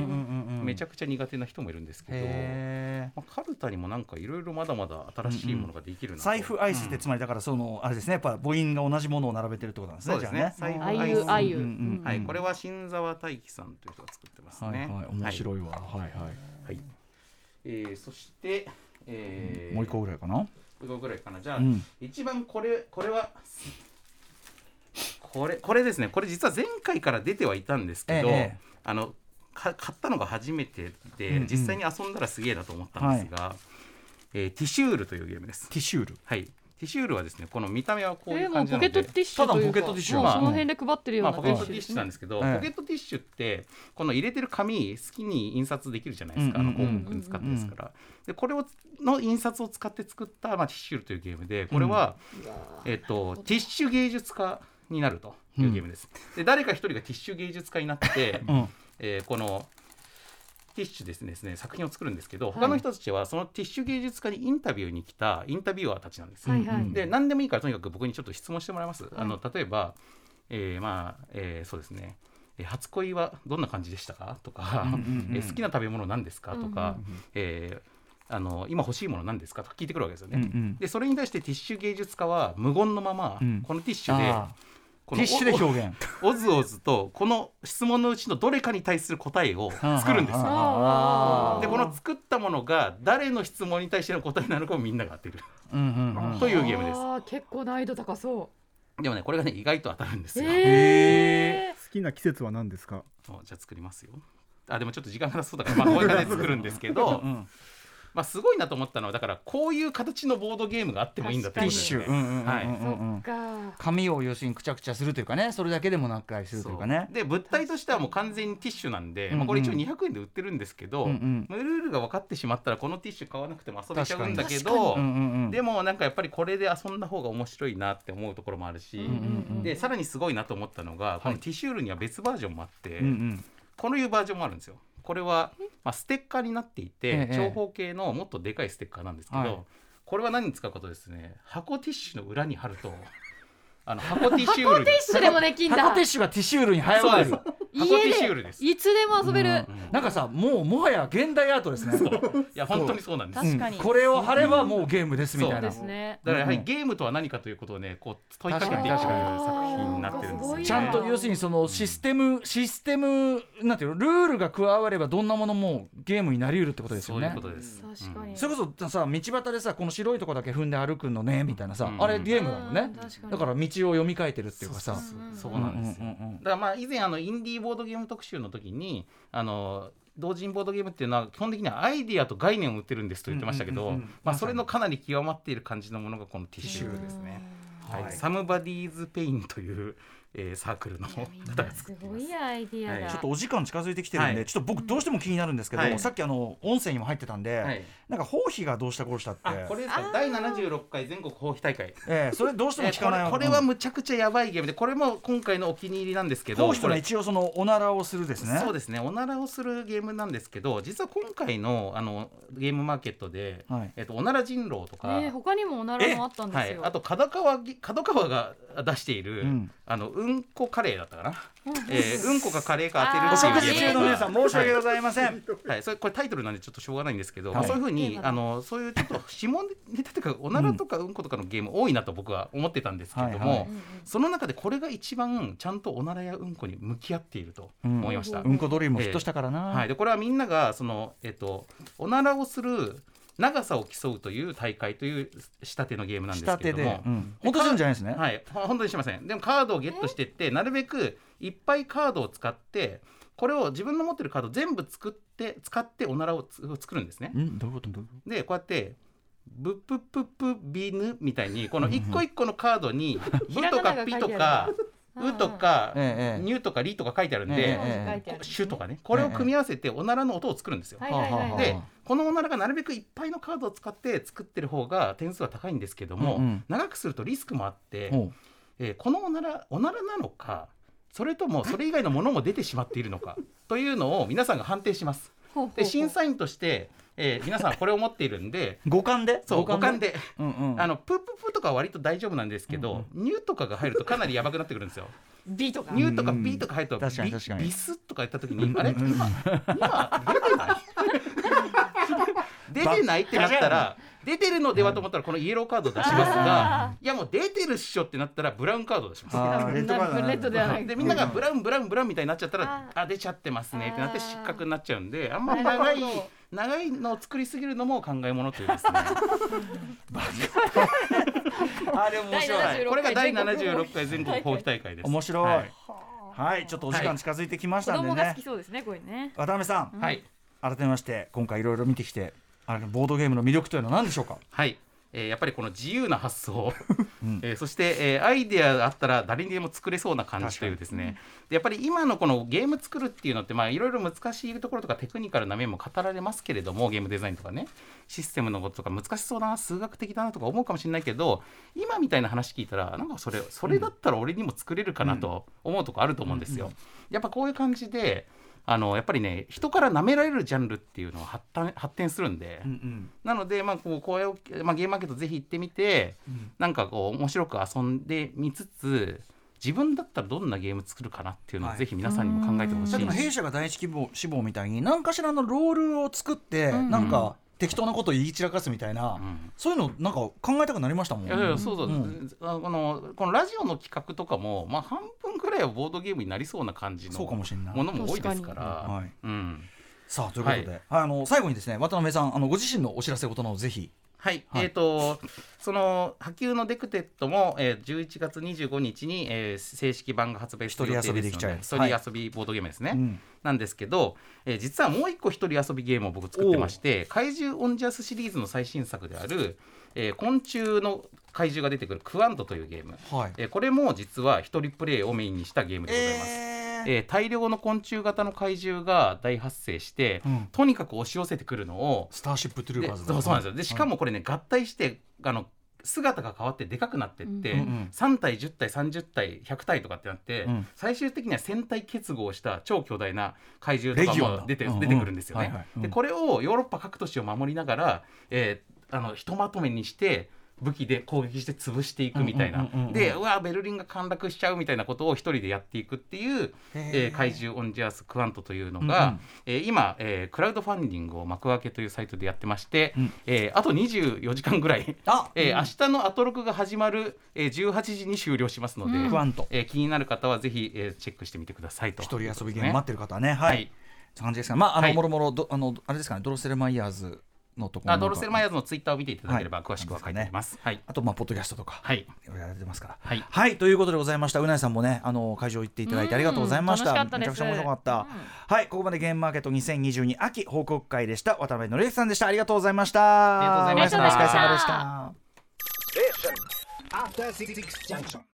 [SPEAKER 2] ん
[SPEAKER 5] めちゃくちゃ苦手な人もいるんですけど、
[SPEAKER 2] へー
[SPEAKER 5] まあ、カルタにもなんかいろいろまだまだ新しいものができるなと
[SPEAKER 2] 財布アイスって
[SPEAKER 5] うん
[SPEAKER 2] つまりだからそのあれですねやっぱ母音が同じものを並べてるってことなんですね
[SPEAKER 5] そうですね
[SPEAKER 2] じゃ
[SPEAKER 3] あ
[SPEAKER 5] 財布ア
[SPEAKER 3] い
[SPEAKER 5] イス
[SPEAKER 3] うあいう、
[SPEAKER 2] うんう
[SPEAKER 3] うん
[SPEAKER 2] うん
[SPEAKER 3] ん
[SPEAKER 5] はい、これは新沢大樹さんという人が作ってます
[SPEAKER 2] あね
[SPEAKER 5] ね。
[SPEAKER 2] はいはい面白いわはいはい
[SPEAKER 5] はいえーそして、えー
[SPEAKER 2] もう一個ぐらいかな
[SPEAKER 5] これぐらいかなじゃあ、
[SPEAKER 2] うん
[SPEAKER 5] 一番これこれは これこれですねこれ実は前回から出てはいたんですけど、
[SPEAKER 2] ええ
[SPEAKER 5] あのか買ったのが初めてで、
[SPEAKER 2] うんうん
[SPEAKER 5] 実際に遊んだらすげえなと思ったんですが、えーティシュールというゲームです。
[SPEAKER 2] ティッシュール
[SPEAKER 5] はい、ティシュールはですねこの見た目はこうい
[SPEAKER 3] え
[SPEAKER 5] う
[SPEAKER 3] も
[SPEAKER 5] 感
[SPEAKER 3] う
[SPEAKER 5] じ
[SPEAKER 3] ポケ
[SPEAKER 5] なの
[SPEAKER 3] ット
[SPEAKER 5] で
[SPEAKER 3] テ。ィッシュというか
[SPEAKER 2] ただのポケットティッシュ
[SPEAKER 3] もうそ
[SPEAKER 2] ま
[SPEAKER 3] の
[SPEAKER 2] あ
[SPEAKER 3] 辺で配ってるよう
[SPEAKER 5] まあ、
[SPEAKER 3] な
[SPEAKER 5] ポケットティッシュなん
[SPEAKER 3] で
[SPEAKER 5] ですけど、
[SPEAKER 2] ええ
[SPEAKER 5] ポケットティッシュってこの入れてる紙好きに印刷できるじゃないですか、
[SPEAKER 2] うんうんうん
[SPEAKER 5] あの広告に使ってですから、でこれをの印刷を使って作った、まあ、ティッシュールというゲームでこれは、えっとティッシュ芸術家になるというゲームです。で誰か一人がティッシュ芸術家にな って、
[SPEAKER 2] うん
[SPEAKER 5] えーこのティッシュですねですね作品を作るんですけど他の人たちはそのティッシュ芸術家にインタビューに来たインタビュアーたちなんですよ。
[SPEAKER 8] はいはい
[SPEAKER 5] で何でもいいからとにかく僕にちょっと質問してもらいます。あの例えば、えーまあ、えーそうですね、えー初恋はどんな感じでしたかとか、
[SPEAKER 2] うんうんうん
[SPEAKER 5] えー好きな食べ物何ですかとか、
[SPEAKER 7] うんうんうん
[SPEAKER 5] えーあの今欲しいもの何ですかとか聞いてくるわけですよね。
[SPEAKER 2] うんうん
[SPEAKER 5] でそれに対してティッシュ芸術家は無言のまま、
[SPEAKER 2] うん
[SPEAKER 5] このティッシュで
[SPEAKER 2] あー
[SPEAKER 5] こ
[SPEAKER 2] テ
[SPEAKER 5] の
[SPEAKER 2] ィッシュで表現
[SPEAKER 5] おおずおずとこの質問のうちのどれかに対する答えを 作るんですよ。
[SPEAKER 2] あー
[SPEAKER 5] でこの作ったものが誰の質問に対しての答えなのかをみんなが当てる
[SPEAKER 2] うんうんうん
[SPEAKER 5] というゲームです。
[SPEAKER 8] あ結構難易度高そ
[SPEAKER 5] でもねこれがね意外と当たるんです
[SPEAKER 8] う。
[SPEAKER 5] よ。
[SPEAKER 2] へ
[SPEAKER 8] え。
[SPEAKER 7] 好きな季節は何ですか
[SPEAKER 5] おじゃあ作りますよ。あでもちょっと時間がなさそう だからまあこういう形で作るんですけど、
[SPEAKER 2] ん
[SPEAKER 5] まあすごいなと思ったのはだからこういう形のボードゲームがあってもいいんだって
[SPEAKER 2] ティッ
[SPEAKER 5] ことです
[SPEAKER 2] シ
[SPEAKER 5] ね
[SPEAKER 2] ュうんうんうん
[SPEAKER 5] はい
[SPEAKER 2] うんうん
[SPEAKER 8] か。
[SPEAKER 2] 紙を要するにくちゃくちゃするというかねそれだけでも何回するというかね
[SPEAKER 5] そうで物体としてはもう完全にティッシュなんで、
[SPEAKER 2] うん
[SPEAKER 5] まあ、これ一応
[SPEAKER 2] うん
[SPEAKER 5] 200円で売ってるんですけど、
[SPEAKER 2] うんうん
[SPEAKER 5] まあルールが分かってしまったらこのティッシュ買わなくても遊べちゃうんだけ
[SPEAKER 2] 確
[SPEAKER 5] ど、
[SPEAKER 2] うんうんうん
[SPEAKER 5] でもなんかやっぱりこれで遊んだ方が面白いなって思うところもあるし、
[SPEAKER 2] うんうんうん
[SPEAKER 5] でさらにすごいなと思ったのが、このティッシュールには別バージョンもあって、
[SPEAKER 2] うんうん
[SPEAKER 5] このいうバージョンもあるんですよ。これは、まあ、ステッカーになってい
[SPEAKER 2] え
[SPEAKER 5] て、
[SPEAKER 2] え
[SPEAKER 5] 長方形のもっとでかいステッカーなんですけど、
[SPEAKER 2] はい
[SPEAKER 5] これは何に使うかとですね箱ティッシュの裏に貼る とあの箱ティッシュウールに
[SPEAKER 8] 一緒でもできん
[SPEAKER 2] 箱
[SPEAKER 8] だ
[SPEAKER 2] ティッ。シュがティッシュールに早
[SPEAKER 5] そう
[SPEAKER 2] わ
[SPEAKER 5] で
[SPEAKER 2] る
[SPEAKER 5] す箱ティッシュウールです。い
[SPEAKER 8] いつでも遊べる。
[SPEAKER 2] うんなんかさもうもはや現代アートですね
[SPEAKER 5] や本当にそうなんです。
[SPEAKER 2] うん
[SPEAKER 4] 確かに
[SPEAKER 2] これを貼ればもうゲームですみた
[SPEAKER 5] そ
[SPEAKER 2] いうな
[SPEAKER 8] ですね。
[SPEAKER 5] だからやは
[SPEAKER 2] う
[SPEAKER 5] り
[SPEAKER 2] ん
[SPEAKER 5] ゲームとは何かということをねこう問いかけていく
[SPEAKER 2] 確
[SPEAKER 5] 作
[SPEAKER 2] かに確かに
[SPEAKER 5] 品になってるんですよ
[SPEAKER 8] あー
[SPEAKER 2] ちゃんと要するにそのシステムシステムなんていうのルールが加わればどんなものもゲームになりうるってことです
[SPEAKER 5] そ
[SPEAKER 2] よ
[SPEAKER 5] うい
[SPEAKER 2] ね
[SPEAKER 5] うことです。
[SPEAKER 8] 確かに。。
[SPEAKER 2] それこそさ道端でさこの白いとこだけ踏んで歩くのねみたいなさ、
[SPEAKER 5] うん
[SPEAKER 2] あれゲームだもんね、だからら道を読み替えてるっていうかさ
[SPEAKER 5] そうそうそう
[SPEAKER 2] う
[SPEAKER 5] そうなんですよ。
[SPEAKER 2] んうんうん
[SPEAKER 5] だからまあ以前あのインディーボードゲーム特集の時にあの同人ボードゲームっていうのは基本的にはアイディアと概念を売ってるんですと言ってましたけど、
[SPEAKER 2] うんうんうんうん
[SPEAKER 5] まあそれのかなり極まっている感じのものがこのティッシュですね。はい、サムバディーズペインという、えーサークルの方が作
[SPEAKER 8] す
[SPEAKER 5] ってい
[SPEAKER 8] ご
[SPEAKER 5] ます。
[SPEAKER 8] いアイディア
[SPEAKER 5] は
[SPEAKER 8] だ。
[SPEAKER 5] い
[SPEAKER 2] ちょっとお時間近づいてきてるんで、
[SPEAKER 5] はい
[SPEAKER 2] ちょっと僕どうしても気になるんですけど、
[SPEAKER 5] はい
[SPEAKER 2] さっきあの音声にも入ってたんで、
[SPEAKER 5] はい
[SPEAKER 2] なんか包皮がどうしたこうしたって
[SPEAKER 5] あ、これですか。第76回全国放棄大会。
[SPEAKER 2] ええそれどうしても
[SPEAKER 5] え
[SPEAKER 2] 聞かない、
[SPEAKER 5] ーこれこれはむちゃくちゃやばいゲームでこれも今回のお気に入りなんですけど
[SPEAKER 2] 包皮というのは
[SPEAKER 5] こ
[SPEAKER 2] 一応そのおならをするです
[SPEAKER 5] れ
[SPEAKER 2] ね
[SPEAKER 5] そうですねおならをするゲームなんですけど実は今回のあのゲームマーケットで、
[SPEAKER 2] はい
[SPEAKER 5] えっとおなら人狼とか、
[SPEAKER 8] ね他にもおならもあったんで
[SPEAKER 5] は
[SPEAKER 8] す
[SPEAKER 5] い、
[SPEAKER 8] よ。
[SPEAKER 5] あと角川ぎ角川が出している、
[SPEAKER 2] うん
[SPEAKER 5] あのうんこカレーだったかな、えーうんこかカレーか
[SPEAKER 2] お
[SPEAKER 5] 当てる
[SPEAKER 2] 食
[SPEAKER 5] っていう
[SPEAKER 2] 事
[SPEAKER 5] ゲー
[SPEAKER 2] 中
[SPEAKER 5] ム
[SPEAKER 2] の皆さん申し訳
[SPEAKER 5] は
[SPEAKER 2] ございません、
[SPEAKER 5] い、はい、それこれタイトルなんでちょっとしょうがないんですけど、
[SPEAKER 2] はい
[SPEAKER 5] まあ、そういうふうにあのそういうちょっと指紋ネタとかおならとかうんことかのゲーム多いなと僕は思ってたんですけども、
[SPEAKER 2] はいはい
[SPEAKER 5] その中でこれが一番ちゃんとおならやうんこに向き合っていると思いました。
[SPEAKER 2] うんこドリルもヒットしたからな、
[SPEAKER 5] はい、でこれはみんながその、えっと、おならをする長さを競うという大会という仕立てのゲームなん
[SPEAKER 2] 仕
[SPEAKER 5] です
[SPEAKER 2] 立
[SPEAKER 5] けれ
[SPEAKER 2] て
[SPEAKER 5] ども
[SPEAKER 2] で、うん、本当するんじゃないですね、
[SPEAKER 5] はい、ほ本当にしません。でもカードをゲットしてって、なるべくいっぱいカードを使って、これを自分の持ってるカード全部作って、使っておならをつ作るんですね。
[SPEAKER 2] うんどういうことどういうこ
[SPEAKER 5] で、こうやって、ブプププビヌみたいに、この一個一個のカード に、ブとかピとか、ウとか
[SPEAKER 2] と、えええ
[SPEAKER 5] ニュとかリとか書いてあるん
[SPEAKER 2] え
[SPEAKER 5] で、
[SPEAKER 2] え
[SPEAKER 5] こうシュとかね、これを組み合わせておならの音を作るんですよ。
[SPEAKER 8] は
[SPEAKER 2] え
[SPEAKER 8] いはいはいはい。
[SPEAKER 5] でこのおならがなるべくいっぱいのカードを使って作ってる方が点数は高いんですけども、
[SPEAKER 2] うんうん
[SPEAKER 5] 長くするとリスクもあって、
[SPEAKER 2] ほう
[SPEAKER 5] えーこのおならおならなのかそれともそれ以外のものも出てしまっているのかというのを皆さんが判定します。で審査員として、えー皆さんはこれを持っている んで
[SPEAKER 2] 五感で
[SPEAKER 5] そう五感
[SPEAKER 2] で、
[SPEAKER 5] で。
[SPEAKER 2] うんうん、
[SPEAKER 5] あのプープープーとかは割と大丈夫なんですけど、ニューとかが入るとかなりやばくなってくるんですよ。
[SPEAKER 8] ビとか。
[SPEAKER 5] ニューとかビーとか入るとビ
[SPEAKER 2] 確かに確かに
[SPEAKER 5] ビスとか言った時にあれ今今出てない 出てないってなったら出てるのではと思ったらこのイエローカードを出しますがいやもう出てるっしょってなったらブラウンカードを出します。
[SPEAKER 2] あーレッドカードだな
[SPEAKER 8] レッドではない。
[SPEAKER 5] でみんながブラウンブラウンブラウンみたいになっちゃったらあ出ちゃってますねってなって失格になっちゃうんであんまり長い長いのを作りすぎるのも考えものという ですね
[SPEAKER 2] あでも面白い
[SPEAKER 8] 第76
[SPEAKER 5] これが第76回全国放棄大会です。
[SPEAKER 2] 面白いは
[SPEAKER 5] はい
[SPEAKER 2] い、ちょっとお時間近づいてきまし
[SPEAKER 8] 子
[SPEAKER 2] たんで
[SPEAKER 8] 供
[SPEAKER 2] ね、
[SPEAKER 8] が好きそうですねこれね。
[SPEAKER 2] 渡辺さん、
[SPEAKER 5] はい
[SPEAKER 2] 改めまして今回いろいろ見てきてあれボードゲームの魅力というのは何でしょうか
[SPEAKER 5] はい。えーやっぱりこの自由な発想、 えーそして、えーアイデアがあったら誰にでも作れそうな感じというですねでやっぱり今のこのゲーム作るっていうのってまあいろいろ難しいところとかテクニカルな面も語られますけれどもゲームデザインとかねシステムのこととか難しそうだな数学的だなとか思うかもしれないけど今みたいな話聞いたらなんかそれそれだったら俺にも作れるかなと思うとこあると思うんですよ。やっぱこういう感じであのやっぱりね人から舐められるジャンルっていうのは発展発展するんで、
[SPEAKER 2] うん
[SPEAKER 5] なので、まあ、こうこれを、まあ、ゲームマーケットぜひ行ってみて、
[SPEAKER 2] ん
[SPEAKER 5] なんかこう面白く遊んでみつつ自分だったらどんなゲーム作るかなっていうのを、
[SPEAKER 2] はい
[SPEAKER 5] ぜひ皆さんにも考えてほし
[SPEAKER 2] さっき
[SPEAKER 5] い
[SPEAKER 2] の弊
[SPEAKER 5] し
[SPEAKER 2] 社が第一希望志望みたいに何かしらのロールを作って、なんか適当なことを言い散らかすみたいな、
[SPEAKER 5] うん
[SPEAKER 2] そういうのなんか考えたくなりましたもん
[SPEAKER 5] いやいやそうそう、
[SPEAKER 2] ん
[SPEAKER 5] あこのこのラジオの企画とかも、まあ、半分くらいはボードゲームになりそうな感じの
[SPEAKER 2] そうかもしれない
[SPEAKER 5] ものも多いですから。
[SPEAKER 2] 確かにはい
[SPEAKER 5] うん
[SPEAKER 2] さあということで、あの最後にですね渡辺さんあのご自身のお知らせ事などをぜひ
[SPEAKER 5] はい、
[SPEAKER 2] はい
[SPEAKER 5] えっ、とその波及のデクテッドも、えー、11月25日に、えー正式版が発売する予定で
[SPEAKER 2] 一人遊
[SPEAKER 5] すの
[SPEAKER 2] びできちゃう
[SPEAKER 5] で
[SPEAKER 2] やつ
[SPEAKER 5] 一人遊びボードゲームですね、
[SPEAKER 2] うん
[SPEAKER 5] なんですけど、えー実はもう一個一人遊びゲームを僕作ってまして怪獣オンジャスシリーズの最新作である、えー昆虫の怪獣が出てくるクワントというゲーム、
[SPEAKER 2] はい
[SPEAKER 5] えーこれも実は一人プレイをメインにしたゲームでございます。
[SPEAKER 2] えー
[SPEAKER 5] えー大量の昆虫型の怪獣が大発生して、
[SPEAKER 2] うん
[SPEAKER 5] とにかく押し寄せてくるのを
[SPEAKER 2] スターシップトゥルー
[SPEAKER 5] で
[SPEAKER 2] バーズ
[SPEAKER 5] そうそうなんですよでしか
[SPEAKER 2] も、
[SPEAKER 5] もこれね合体してあの姿が変わってでかくなってって、
[SPEAKER 2] うんうん
[SPEAKER 5] 3体10体30体100体とかってなって、
[SPEAKER 2] うん
[SPEAKER 5] 最終的には1000体結合した超巨大な怪獣と
[SPEAKER 2] レギオン
[SPEAKER 5] か
[SPEAKER 2] だ
[SPEAKER 5] も出て,、
[SPEAKER 2] うんうん
[SPEAKER 5] 出てくるんですよね。
[SPEAKER 2] はいはいうん
[SPEAKER 5] でこれをヨーロッパ各都市を守りながら、えーあのひとまとめにして武器で攻撃して潰していくみたい
[SPEAKER 2] う
[SPEAKER 5] な、
[SPEAKER 2] んうんうんうん
[SPEAKER 5] でうわベルリンが陥落しちゃうみたいなことを一人でやっていくっていう、
[SPEAKER 2] へー
[SPEAKER 5] えー怪獣オンジャースクワントというのが、
[SPEAKER 2] うんうん
[SPEAKER 5] えー今、えークラウドファンディングを幕開けというサイトでやってまして、
[SPEAKER 2] うん
[SPEAKER 5] えーあと24時間ぐらい、
[SPEAKER 2] あ
[SPEAKER 5] えー明日のアトロクが始まる、えー18時に終了しますので、
[SPEAKER 2] クワント
[SPEAKER 5] えー気になる方はぜひ、えーチェックしてみてくださいと。
[SPEAKER 2] 一人遊びゲーム待ってる方はねはい、
[SPEAKER 5] はい
[SPEAKER 2] そんな感じですかまああの、
[SPEAKER 5] はい
[SPEAKER 2] もろもろどあのあれですかねドロセルマイヤーズのところ
[SPEAKER 5] あドロセルマイ
[SPEAKER 2] ヤー
[SPEAKER 5] ヤーズのツイッターを見ていただければ
[SPEAKER 2] はい
[SPEAKER 5] 詳しくは書いてあります。はい、
[SPEAKER 2] あとまあポッドキャストとか
[SPEAKER 5] はい、
[SPEAKER 2] やられてますから
[SPEAKER 5] はい
[SPEAKER 2] はい、ということでございました。うなえさんもね、あの会場行っていただいてありがとうございました。
[SPEAKER 8] うん楽しかった
[SPEAKER 2] め
[SPEAKER 8] です
[SPEAKER 2] ちゃくちゃ面白かった。はい、ここまでゲームマーケット2022秋報告会でした。渡辺則之さんでした。ありがとうございました。
[SPEAKER 5] ありがとうございました
[SPEAKER 2] うなえさんお疲れ様
[SPEAKER 6] Station. After
[SPEAKER 2] でした。
[SPEAKER 6] Six Junction.